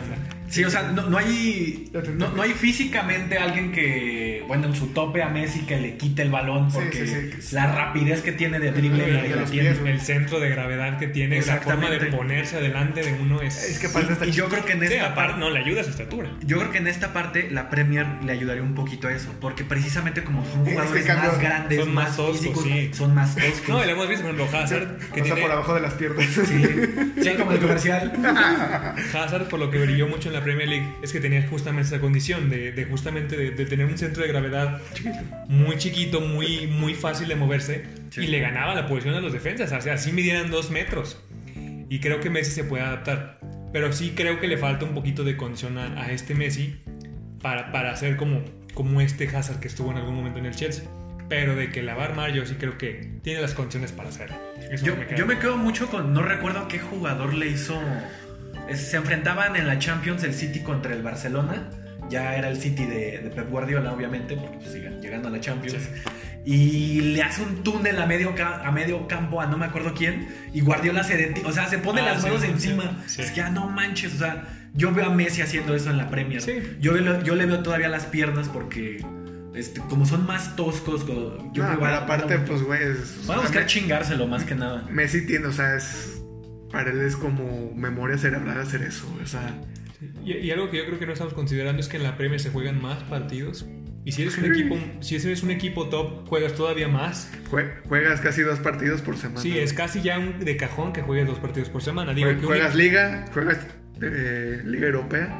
D: Sí, o sea, no, no hay
C: Lo entendí.
D: no, no hay físicamente alguien que, bueno, en su tope a Messi que le quite el balón
C: Sí,
D: porque
C: sí, sí.
D: la rapidez que tiene de drible
C: De
D: la- la
C: los
D: tiene.
C: pies, güey.
B: el centro de gravedad que tiene, la forma de
D: Exactamente.
B: ponerse adelante de uno es.
C: Es que
B: Sí,
C: aparte está
D: Y yo creo que en esta parte
B: aparte no le ayuda a su estatura.
D: Yo creo que en esta parte la Premier le ayudaría un poquito a eso, porque precisamente como son
C: Sí, es que
D: jugadores
C: cambió.
D: más grandes,
B: Son
D: más,
B: más toscos,
D: físicos,
B: sí.
D: son más toscos.
B: No, y lo hemos visto, por ejemplo, Hazard, que
C: o sea,
B: tiene-
C: por abajo de las piernas.
D: Sí, sí, como el comercial.
B: Hazard, por lo que brilló mucho en la Premier League, es que tenía justamente esa condición de, de justamente de, de tener un centro de gravedad muy chiquito, muy, muy fácil de moverse
D: Sí.
B: y le ganaba la posición a los defensas, así, así midieran dos metros. Y creo que Messi se puede adaptar, pero sí creo que le falta un poquito de condición a, a este Messi para, para ser como, como este Hazard que estuvo en algún momento en el Chelsea. Pero de que la va a armar, yo sí creo que tiene las condiciones para hacerlo. Eso
D: Yo,
B: me queda
D: yo me
B: claro.
D: quedo mucho con, no recuerdo a qué jugador le hizo, es- se enfrentaban en la Champions el City contra el Barcelona, ya era el City de, de Pep Guardiola obviamente, porque pues, sigan llegando a la Champions. Y le hace un túnel a medio, ca- a medio campo a no me acuerdo quién. Y Guardiola se deti- O sea, se pone
B: Ah,
D: las
B: sí,
D: manos
B: sí,
D: encima.
B: sí.
D: Es que ah, no manches. O sea, yo veo a Messi haciendo eso en la Premier.
B: Sí.
D: Yo, lo- yo le veo todavía las piernas porque este, como son más toscos. co- Yo
C: No,
D: creo que
C: pero
D: van a-
C: aparte,
D: van a-
C: pues, güey. es-
D: Van a buscar chingárselo más que nada.
C: Messi tiene, o sea, es. Para él es como memoria cerebral hacer eso, güey, O sea,
B: Y, y algo que yo creo que no estamos considerando es que en la Premier se juegan más partidos. Y si eres un equipo,
C: Mm.
B: si eres un equipo top, juegas todavía más.
C: jue- juegas casi dos partidos por semana.
B: Sí,
C: güey.
B: es casi ya un de cajón que juegues dos partidos por semana. Digo,
C: Jue-
B: que un-
C: Juegas Liga, juegas eh, Liga Europea,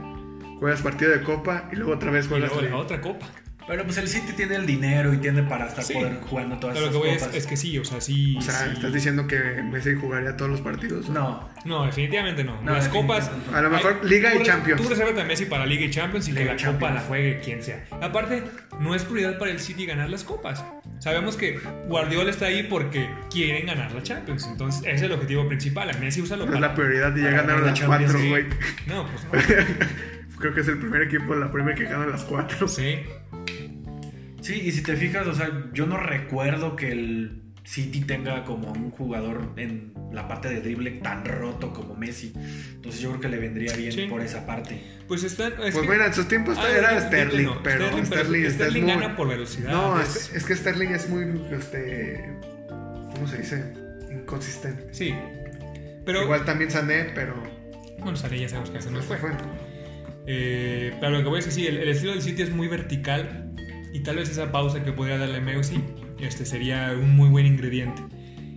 C: juegas partido de Copa y luego otra vez
B: y
C: juegas
B: luego la
C: Liga.
B: otra copa.
D: Pero pues el City tiene el dinero y tiene para estar
B: Sí.
D: poder jugando todas
B: Pero lo
D: esas
B: que voy es,
D: copas.
B: es que sí, o sea, sí.
C: O sea,
B: sí.
C: ¿estás diciendo que Messi jugaría todos los partidos?
D: No,
B: No, definitivamente no.
D: No,
B: Las copas.
D: definitivamente
C: no. A lo mejor Liga y
B: tú-
C: Champions.
B: Tú reservas a Messi para Liga y Champions y que
D: Liga
B: la
D: y Champions.
B: copa la juegue quien sea. Aparte, no es prioridad para el City ganar las copas. Sabemos que Guardiola está ahí porque quieren ganar la Champions. Entonces, ese es el objetivo principal. A Messi usa lo
C: No es la prioridad y ya
D: Para
C: ganaron
D: ganar la
C: las
D: Champions,
C: cuatro,
B: Sí.
C: güey.
B: No, pues no.
C: Creo que es el primer equipo de la Premier que gana las cuatro.
B: Sí.
D: Sí, y si te fijas, o sea, yo no recuerdo que el City tenga como un jugador en la parte de drible tan roto como Messi. Entonces yo creo que le vendría bien
B: Sí.
D: por esa parte.
B: Pues está. Es
C: Pues
B: que-
C: mira, en sus tiempos
B: Ah,
C: era
B: no,
C: Sterling,
B: no,
C: pero Sterling,
B: Sterling,
C: está
B: Sterling
C: muy-
B: gana por velocidad.
C: No,
B: es-
C: es, es que Sterling es muy, este, ¿cómo se dice? Inconsistente.
B: Sí. Pero.
C: Igual también Sané, pero
B: Bueno, Sané ya sabemos que hace no fue.
C: Bueno,
B: Eh, pero lo que voy a decir, sí, el, el estilo del City es muy vertical. Y tal vez esa pausa que podría darle Messi este, sería un muy buen ingrediente.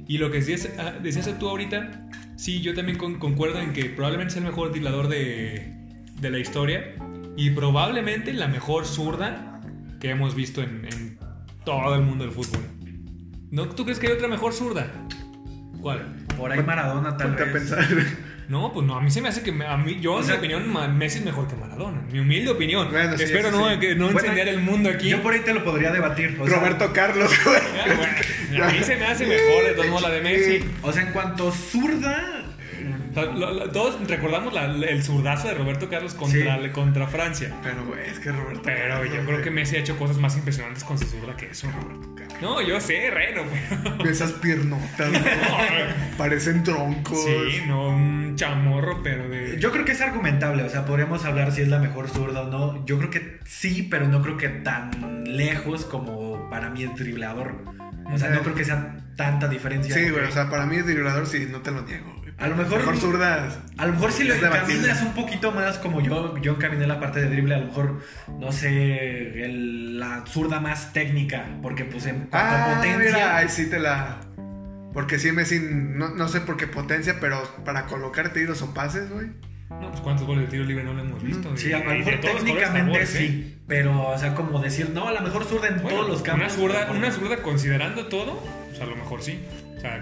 B: Y lo que decías, ah, decías tú ahorita, sí, yo también con- concuerdo en que probablemente sea el mejor tirador de, de la historia. Y probablemente la mejor zurda que hemos visto en, en todo el mundo del fútbol. ¿No? ¿Tú crees que hay otra mejor zurda? ¿Cuál?
D: Por ahí Maradona tal
C: ponte a
D: vez.
C: pensar.
B: No, pues no, a mí se me hace que. me- A mí, yo,
D: O
B: en
D: sea-
B: mi opinión, Ma- Messi es mejor que Maradona. Mi humilde opinión.
C: Bueno, sí,
B: Espero
C: eso
B: no,
C: sí.
B: que- no
D: Bueno,
B: incendiar el mundo aquí.
D: Yo por ahí te lo podría debatir. o sea,
C: Roberto Carlos, güey.
B: Ah, bueno, a mí se me hace mejor, de todos modos, la de Messi.
D: o sea, en cuanto zurda,
B: O sea, lo- lo- todos recordamos la- el zurdazo de Roberto Carlos contra,
D: Sí.
B: contra Francia.
C: Pero, güey, es que Roberto
B: Pero yo creo que Messi ha hecho cosas más impresionantes con su zurda que eso, Roberto Carlos. No, yo sé, Reno, pero.
C: que... Esas piernotas, güey, parecen troncos.
B: Sí, no, un chamorro, pero de.
D: Pues yo creo que es argumentable. O sea, podríamos hablar si es la mejor zurda o no. Yo creo que sí, pero no creo que tan lejos como para mí el driblador. O sea, no creo que sea tanta diferencia.
C: Sí, güey, o sea, para mí es driblador, sí, no te lo niego, güey.
D: A lo mejor-
C: Mejor zurdas.
D: A lo mejor si lo
C: Es debatible.
D: encaminas un poquito más como yo, yo encaminé la parte de drible, a lo mejor, no sé, el- la zurda más técnica, porque pues en cuanto a
C: Ah,
D: potencia...
C: mira, ahí sí te la... Porque sí, Messi, no, no sé por qué potencia, pero para colocar tiros o pases, güey.
B: No, pues cuántos goles de tiro libre no lo hemos visto.
D: Sí,
B: Y-
D: a lo
B: y de
D: mejor
B: todos colores,
D: técnicamente
B: sabores, ¿eh?
D: sí, pero, o sea, como decir, no, a lo mejor zurda en
B: Bueno,
D: todos los
B: Una
D: campos.
B: zurda,
D: Por-
B: una zurda considerando todo, pues a lo mejor sí. O sea,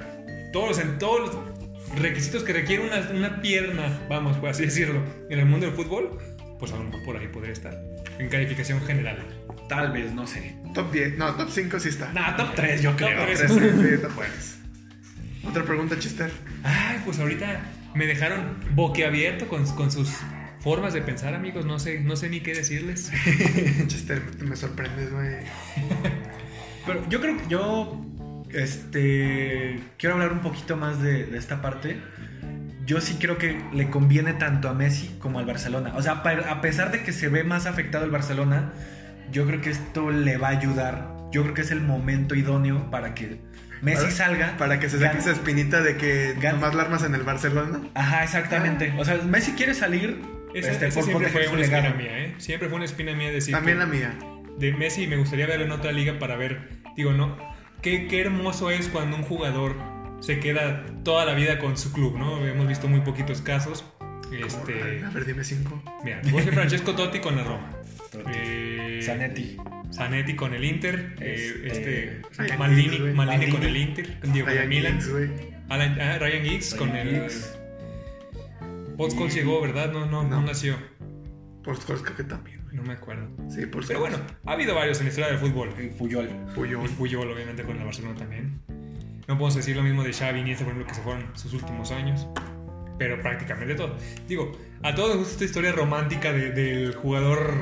B: todos, en todos los requisitos que requiere una, una pierna, vamos, por así decirlo, en el mundo del fútbol, pues a lo mejor por ahí podría estar. En calificación general.
D: Tal vez, no sé.
C: Top 10, no, top 5 sí está.
D: Nah, top 3, yo creo.
B: Top tres.
C: Sí, sí, top 3. Otra pregunta, Chester.
B: Ay, pues ahorita me dejaron boquiabierto con, con sus formas de pensar, amigos. No sé, no sé ni qué decirles.
C: Chester, me- me sorprendes, güey.
D: Pero yo creo que yo este quiero hablar un poquito más de, de esta parte. Yo sí creo que le conviene tanto a Messi como al Barcelona. O sea, pa- a pesar de que se ve más afectado el Barcelona, yo creo que esto le va a ayudar. Yo creo que es el momento idóneo para que Messi
C: Para-
D: salga.
C: Para que se saque
D: gane-
C: esa espinita de que
D: Gan-
C: nomás la armas en el Barcelona.
D: Ajá, exactamente. O sea, Messi quiere salir
B: Esa,
D: este,
B: esa
D: por
B: siempre
D: proteger
B: fue
D: su
B: una
D: legado.
B: espina mía, ¿eh? Siempre fue una espina mía decir
C: También
B: que-
C: la mía.
B: de Messi me gustaría verlo en otra liga para ver, digo, ¿no? Qué, qué hermoso es cuando un jugador se queda toda la vida con su club, ¿no? Hemos visto muy poquitos casos. Este,
C: A ver, dime 5.
B: mira, Jorge Francesco Totti con la Roma. Eh,
D: Zanetti.
B: Zanetti con el Inter. eh,
D: Este,
B: este,
C: Ryan
B: Maldini,
C: Giggs, güey.
B: Maldini con el
D: Maldini.
B: Inter. Diego con el Milan. Alan- ah, Ryan Giggs con
D: Ryan
B: el.
D: Giggs.
B: Podskol llegó, ¿verdad? No, no, no,
C: No.
B: nació.
C: Por Scores creo que también. güey.
B: No me acuerdo.
C: Sí, por
B: Pero
C: Scholes.
B: bueno, ha habido varios en la historia del fútbol.
D: el eh, Puyol.
C: Puyol.
B: Y Puyol, obviamente, con el Barcelona también. No podemos decir lo mismo de Xavi y Iniesta, por ejemplo, que se fueron sus últimos años. Pero prácticamente todo. Digo, a todos nos gusta esta historia romántica de- del jugador...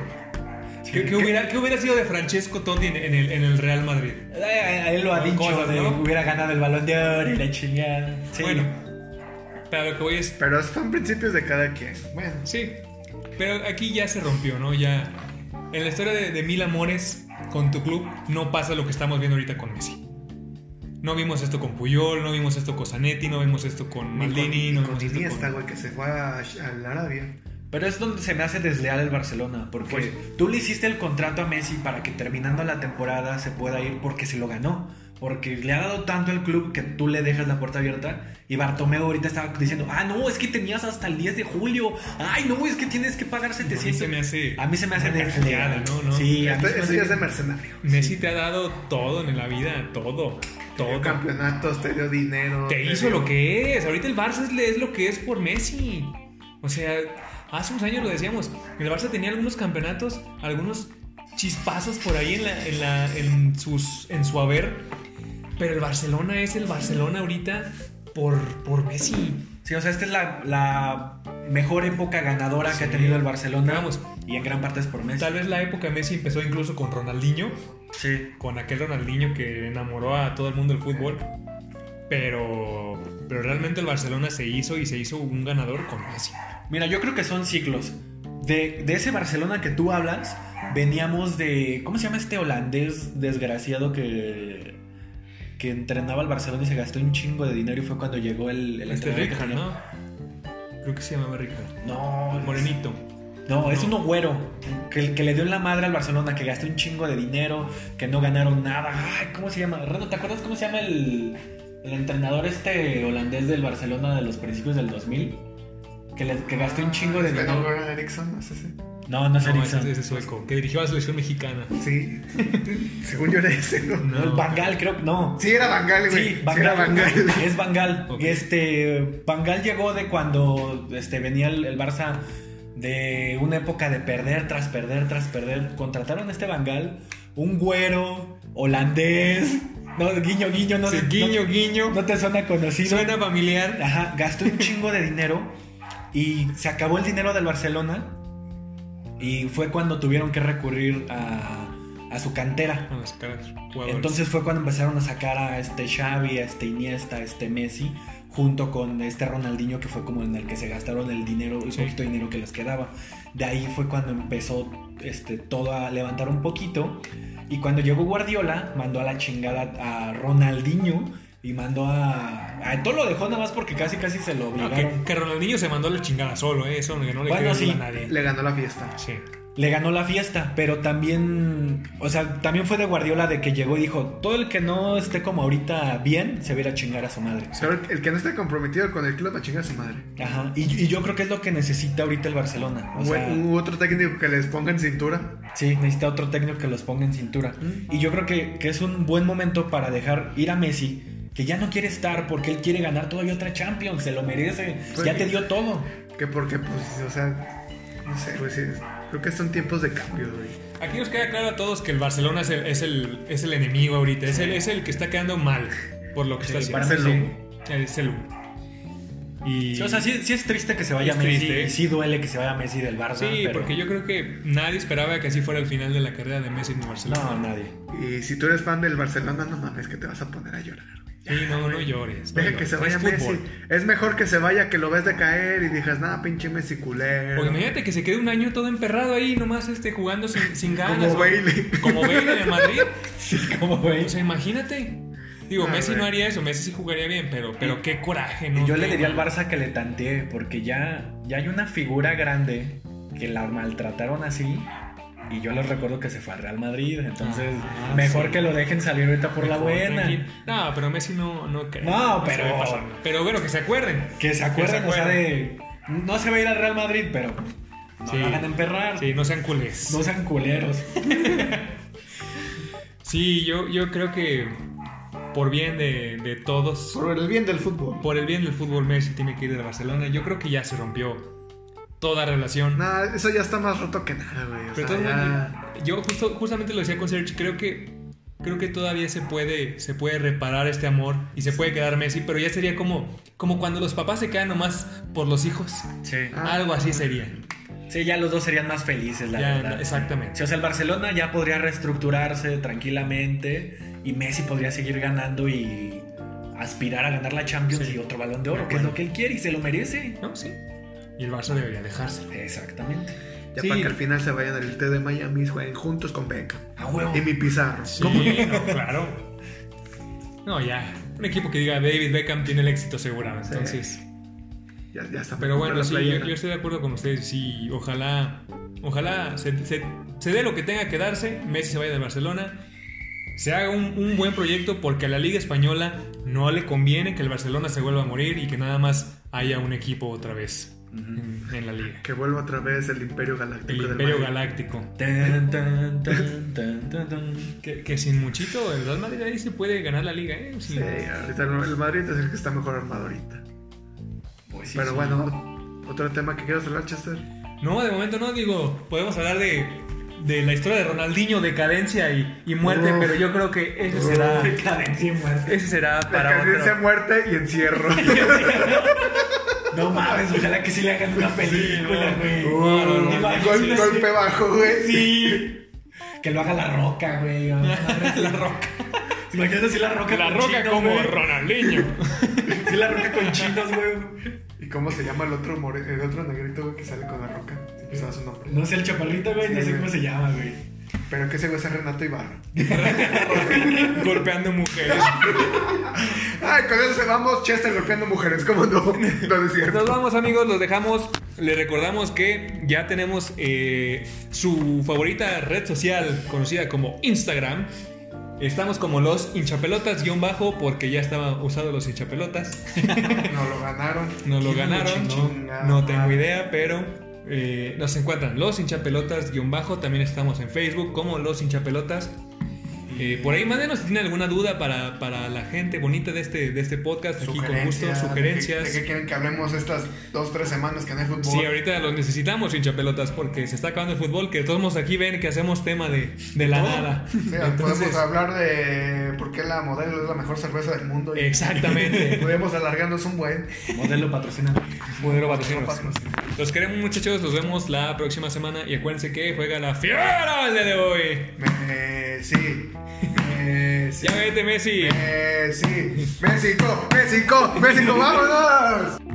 B: ¿Qué, qué hubiera, qué hubiera sido de Francesco Totti en, en el, en el Real Madrid?
D: Eh, eh, Él lo ha
B: Son
D: dicho,
B: cosas,
D: de,
B: ¿no?
D: hubiera ganado el balón de oro y la chingada. Sí.
B: Bueno, para lo que voy es...
C: Pero son principios de cada quien. Bueno,
B: Sí, pero aquí ya se rompió, ¿no? Ya... En la historia de, de Mil Amores con tu club no pasa lo que estamos viendo ahorita con Messi. No vimos esto con Puyol, no vimos esto con Zanetti, no vimos esto con
C: ni con- ni
B: Maldini, no
C: con
B: vimos esto
C: Iniesta,
B: con...
C: güey, que se fue a, al Arabia.
D: Pero es donde se me hace desleal el Barcelona, porque
C: Pues-
D: tú le hiciste el contrato a Messi para que terminando la temporada se pueda ir porque se lo ganó. Porque le ha dado tanto al club que tú le dejas la puerta abierta. Y Bartomeu ahorita estaba diciendo, ah, no, es que tenías hasta el 10 de julio. Ay, no, es que tienes que pagar
B: A mí se
D: 700.
B: me hace.
D: A mí se me hace
B: una
D: desleal.
B: cajeteada, ¿no? este ¿no?
D: Sí, a mí
C: Esto-
D: se me
C: Eso
D: hace
C: ya es de
D: bien-
C: mercenario.
B: Messi te ha dado todo en la vida, todo, todo.
C: Dio campeonatos, te dio dinero.
B: Te hizo
C: dio-
B: lo que es. Ahorita el Barça es, es lo que es por Messi. O sea, hace unos años lo decíamos. El Barça tenía algunos campeonatos, algunos chispazos por ahí en, la- en la- en sus, en su haber. Pero el Barcelona es el Barcelona ahorita por, por Messi.
D: Sí, o sea, esta es la, la mejor época ganadora que ha tenido el Barcelona.
B: Vamos.
D: Y en gran parte es por Messi.
B: Tal vez la época de Messi empezó incluso con Ronaldinho.
D: Sí.
B: con aquel Ronaldinho que enamoró a todo el mundo del fútbol. Pero, pero realmente el Barcelona se hizo y se hizo un ganador con Messi.
D: Mira, yo creo que son ciclos. De, de ese Barcelona que tú hablas, veníamos de. ¿Cómo se llama este holandés desgraciado que. que entrenaba al Barcelona y se gastó un chingo de dinero y fue cuando llegó el. el
B: Este
D: entrenador que
B: Rijkaard,
D: tenía?
B: ¿no? Creo que se llamaba Rijkaard.
D: No, es-
B: Morenito.
D: no, es
B: No.
D: uno güero que, que le dio en la madre al Barcelona, que gastó un chingo de dinero, que no ganaron nada. Ay, ¿cómo se llama? Renato, ¿te acuerdas cómo se llama el, el entrenador este holandés del Barcelona de los principios del 2000? Que, le, que gastó un chingo de
C: Sven
D: dinero.
C: Goran Eriksson, no sé si.
D: No, no es
B: No, este ese
D: Ericsson.
B: ese es sueco. Que dirigió a la selección mexicana.
C: Sí. Según yo era ese, ¿no?
D: No, el Bangal, creo que no.
C: Sí, era Bangal, güey.
D: Sí,
C: era
D: Bangal.
C: Bangal. güey.
D: Es Bangal.
B: Ok.
D: Este, Bangal llegó de cuando este, venía el, el Barça de una época de perder tras perder tras perder. Contrataron a este Bangal, un güero holandés. No, guiño, guiño, no,
B: Sí,
D: te-
B: guiño,
D: no-
B: guiño.
D: no te suena conocido.
B: Suena familiar. Ah,
D: Ajá, gastó un chingo de dinero y se acabó el dinero del Barcelona. Y fue cuando tuvieron que recurrir a, a su cantera.
B: A los caras jugadores.
D: Entonces fue cuando empezaron a sacar a este Xavi, a este Iniesta, a este Messi, junto con este Ronaldinho, que fue como en el que se gastaron el dinero, el
B: Sí.
D: poquito dinero que les quedaba. De ahí fue cuando empezó este, todo a levantar un poquito. Y cuando llegó Guardiola, mandó a la chingada a Ronaldinho y mandó a. a todo lo dejó nada más porque casi casi se lo
B: No,
D: obligaron.
B: que, que Ronaldinho se mandó a la chingada solo, ¿eh? Eso no le
D: Bueno,
B: queda
D: sí.
B: a nadie.
C: Le ganó la fiesta.
B: Sí.
D: le ganó la fiesta, pero también, o sea, también fue de Guardiola de que llegó y dijo, todo el que no esté como ahorita bien, se va a ir a chingar a su madre.
C: Pero el, el que no esté comprometido con el club va a chingar a su madre.
D: Ajá, y, y yo creo que es lo que necesita ahorita el Barcelona. O sea,
C: Bueno, hubo otro técnico que les ponga en cintura.
D: Sí, necesita otro técnico que los ponga en cintura. Y yo creo que, que es un buen momento para dejar ir a Messi, que ya no quiere estar porque él quiere ganar todavía otra Champions, se lo merece,
C: Pues-
D: ya te dio todo.
C: Que porque, pues, o sea, no sé, güey. sí, creo que son tiempos de cambio, güey.
B: Aquí nos queda claro a todos que el Barcelona es el, es el, es el enemigo ahorita, es, el, es el que está quedando mal por lo que
D: Sí,
B: está
D: para
B: haciendo.
C: mí
B: sí. Es el y...
D: Sí, o sea, sí, sí es triste que se vaya
B: Es
D: Messi,
B: triste, ¿eh?
D: y sí duele que se vaya Messi del Barça.
B: Sí,
D: pero-
B: porque yo creo que nadie esperaba que así fuera el final de la carrera de Messi en el Barcelona.
D: No, nadie.
C: Y si tú eres fan del Barcelona, no mames, que te vas a poner a llorar. güey.
B: Sí, no, no llores. no
C: Deja que
B: llores.
C: se vaya
B: Es
C: Messi.
B: fútbol.
C: Es mejor que se vaya que lo ves de caer y digas, nada, pinche Messi culero.
B: Porque imagínate que se quede un año todo emperrado ahí, nomás este, jugando sin, sin ganas.
C: Como
B: o-
C: Bailey.
B: Como Bailey de Madrid.
D: Sí, como güey.
B: O sea, imagínate. Digo,
C: Ah,
B: Messi
C: güey.
B: no haría eso, Messi sí jugaría bien, pero, pero qué coraje, ¿no?
D: Yo le diría al Barça que le tantee, porque ya, ya hay una figura grande que la maltrataron así. Y yo les recuerdo que se fue al Real Madrid, entonces
B: Ah,
D: mejor
B: sí.
D: que lo dejen salir ahorita por la
B: Mejor,
D: buena.
B: tranquilo. No, pero Messi no, no creo.
D: No,
B: se
D: pero-
B: va a pasar. Pero bueno, que se acuerden.
D: Que se acuerden,
B: Que
D: o
B: se
D: sea, de. No se va a ir al Real Madrid, pero no
B: Sí.
D: lo hagan emperrar.
B: Sí, no sean culés.
D: No sean culeros.
B: Sí, yo, yo creo que por bien de, de todos,
C: Por el bien del fútbol.
B: por el bien del fútbol, Messi tiene que ir de Barcelona. Yo creo que ya se rompió toda relación.
C: Nada, eso ya está más roto que nada, güey. O
B: Pero
C: sea,
B: todo
C: ya...
B: mundo- yo justo- justamente lo decía con Serge, creo que creo que todavía se puede se puede reparar este amor y se puede quedar Messi, pero ya sería como como cuando los papás se quedan nomás por los hijos.
D: Sí.
C: Ah.
B: Algo así sería.
D: Sí, ya los dos serían más felices, la
B: Ya,
D: verdad.
B: exactamente.
D: Sí, o sea, el Barcelona ya podría reestructurarse tranquilamente y Messi podría seguir ganando y aspirar a ganar la Champions
B: Sí.
D: y otro balón de oro,
B: De
D: que es
B: acuerdo.
D: lo que él quiere y se lo merece.
B: ¿No? Sí. Y el Barça debería dejárselo.
D: Exactamente.
C: ya
B: Sí.
C: para que al final se vayan al T de Miami y jueguen juntos con Beckham.
D: A huevo.
C: Y mi Pizarro.
B: ¿Cómo? no, claro. No, ya. Un equipo que diga David Beckham tiene el éxito seguro.
C: Sí.
B: Entonces,
C: Ya, ya está.
B: Pero bueno,
C: la
B: sí,
C: playera.
B: yo, yo estoy de acuerdo con ustedes. Sí, ojalá, ojalá se, se- se dé lo que tenga que darse. Messi se vaya de Barcelona. Se haga un, un buen proyecto porque a la Liga Española no le conviene que el Barcelona se vuelva a morir y que nada más haya un equipo otra vez
D: Ujú.
B: en, en la Liga.
C: Que vuelva otra vez el Imperio Galáctico.
B: El
C: del
B: Imperio
C: Madrid.
B: Galáctico.
D: Tan, tan, tan, tan, tan, tan.
B: Que, que sin muchito, el Real Madrid ahí se puede ganar la Liga, ¿eh? Sin-
C: Sí, ahorita el el Madrid es el que está mejor armado ahorita.
D: Pues sí,
C: Pero
D: sí.
C: bueno, otro tema que quieras hablar, Chester.
B: No, de momento no, digo, podemos hablar de, de la historia de Ronaldinho, decadencia y, y muerte,
C: Uf.
B: pero yo creo que
D: Este
B: ese será...
D: Decadencia y muerte.
B: Ese será para
C: Decadencia,
B: otro.
C: muerte y encierro.
D: No mames, ojalá que sí le hagan una película, güey.
B: no, no, no.
D: Imagínate.
C: Gol- golpe bajo, güey.
D: Sí. Que lo haga la roca, güey. La roca. Imagínate si la roca
B: La
D: con
B: roca
D: chinos,
B: como
D: güey.
B: Ronaldinho.
D: Si la roca con chinos, güey.
C: ¿Y cómo se llama el otro, more- el otro negrito güey, que sale con la roca? Se me sabe su nombre.
D: No sé el chaparrito, güey. No
C: Sí,
D: sé
C: güey.
D: cómo se llama, güey.
C: Pero que ese güey es Renato Ibarra.
B: Golpeando mujeres.
C: Ay, con eso se vamos, Chester golpeando mujeres, ¿cómo no? No es cierto.
B: Nos vamos amigos, los dejamos. Les recordamos que ya tenemos eh, su favorita red social conocida como Instagram. Estamos como los hinchapelotas guión bajo porque ya estaba usado los hinchapelotas.
C: No lo ganaron.
B: Nos lo
D: ¿Quién lo
B: ganaron.
D: chingó?
B: No, no tengo idea, pero eh, nos encuentran los hinchapelotas guión bajo. También estamos en Facebook como los hinchapelotas. Eh, por ahí mándenos si tienen alguna duda para, para la gente bonita de este, de este podcast. Aquí con gusto,
C: Sugerencias, de qué-
B: sugerencias.
C: ¿De qué quieren que hablemos estas dos, tres semanas que no hay fútbol?
B: Sí, ahorita los necesitamos, hinchapelotas, porque se está acabando el fútbol, que de todos modos aquí ven que hacemos tema de, de la
D: Todo.
B: nada.
C: Sí,
B: Entonces,
C: podemos hablar de por qué la modelo es la mejor cerveza del mundo. Y
B: exactamente.
C: podemos alargarnos un buen.
D: Modelo patrocinado.
B: Modelo patrocinador.
C: patrocinio.
B: Los queremos muchachos, los vemos la próxima semana y acuérdense que juega la fiera el día de hoy.
C: Me- eh, sí. Me- sí.
B: Ya vete Messi.
C: Eh, sí. México, México, México, vámonos.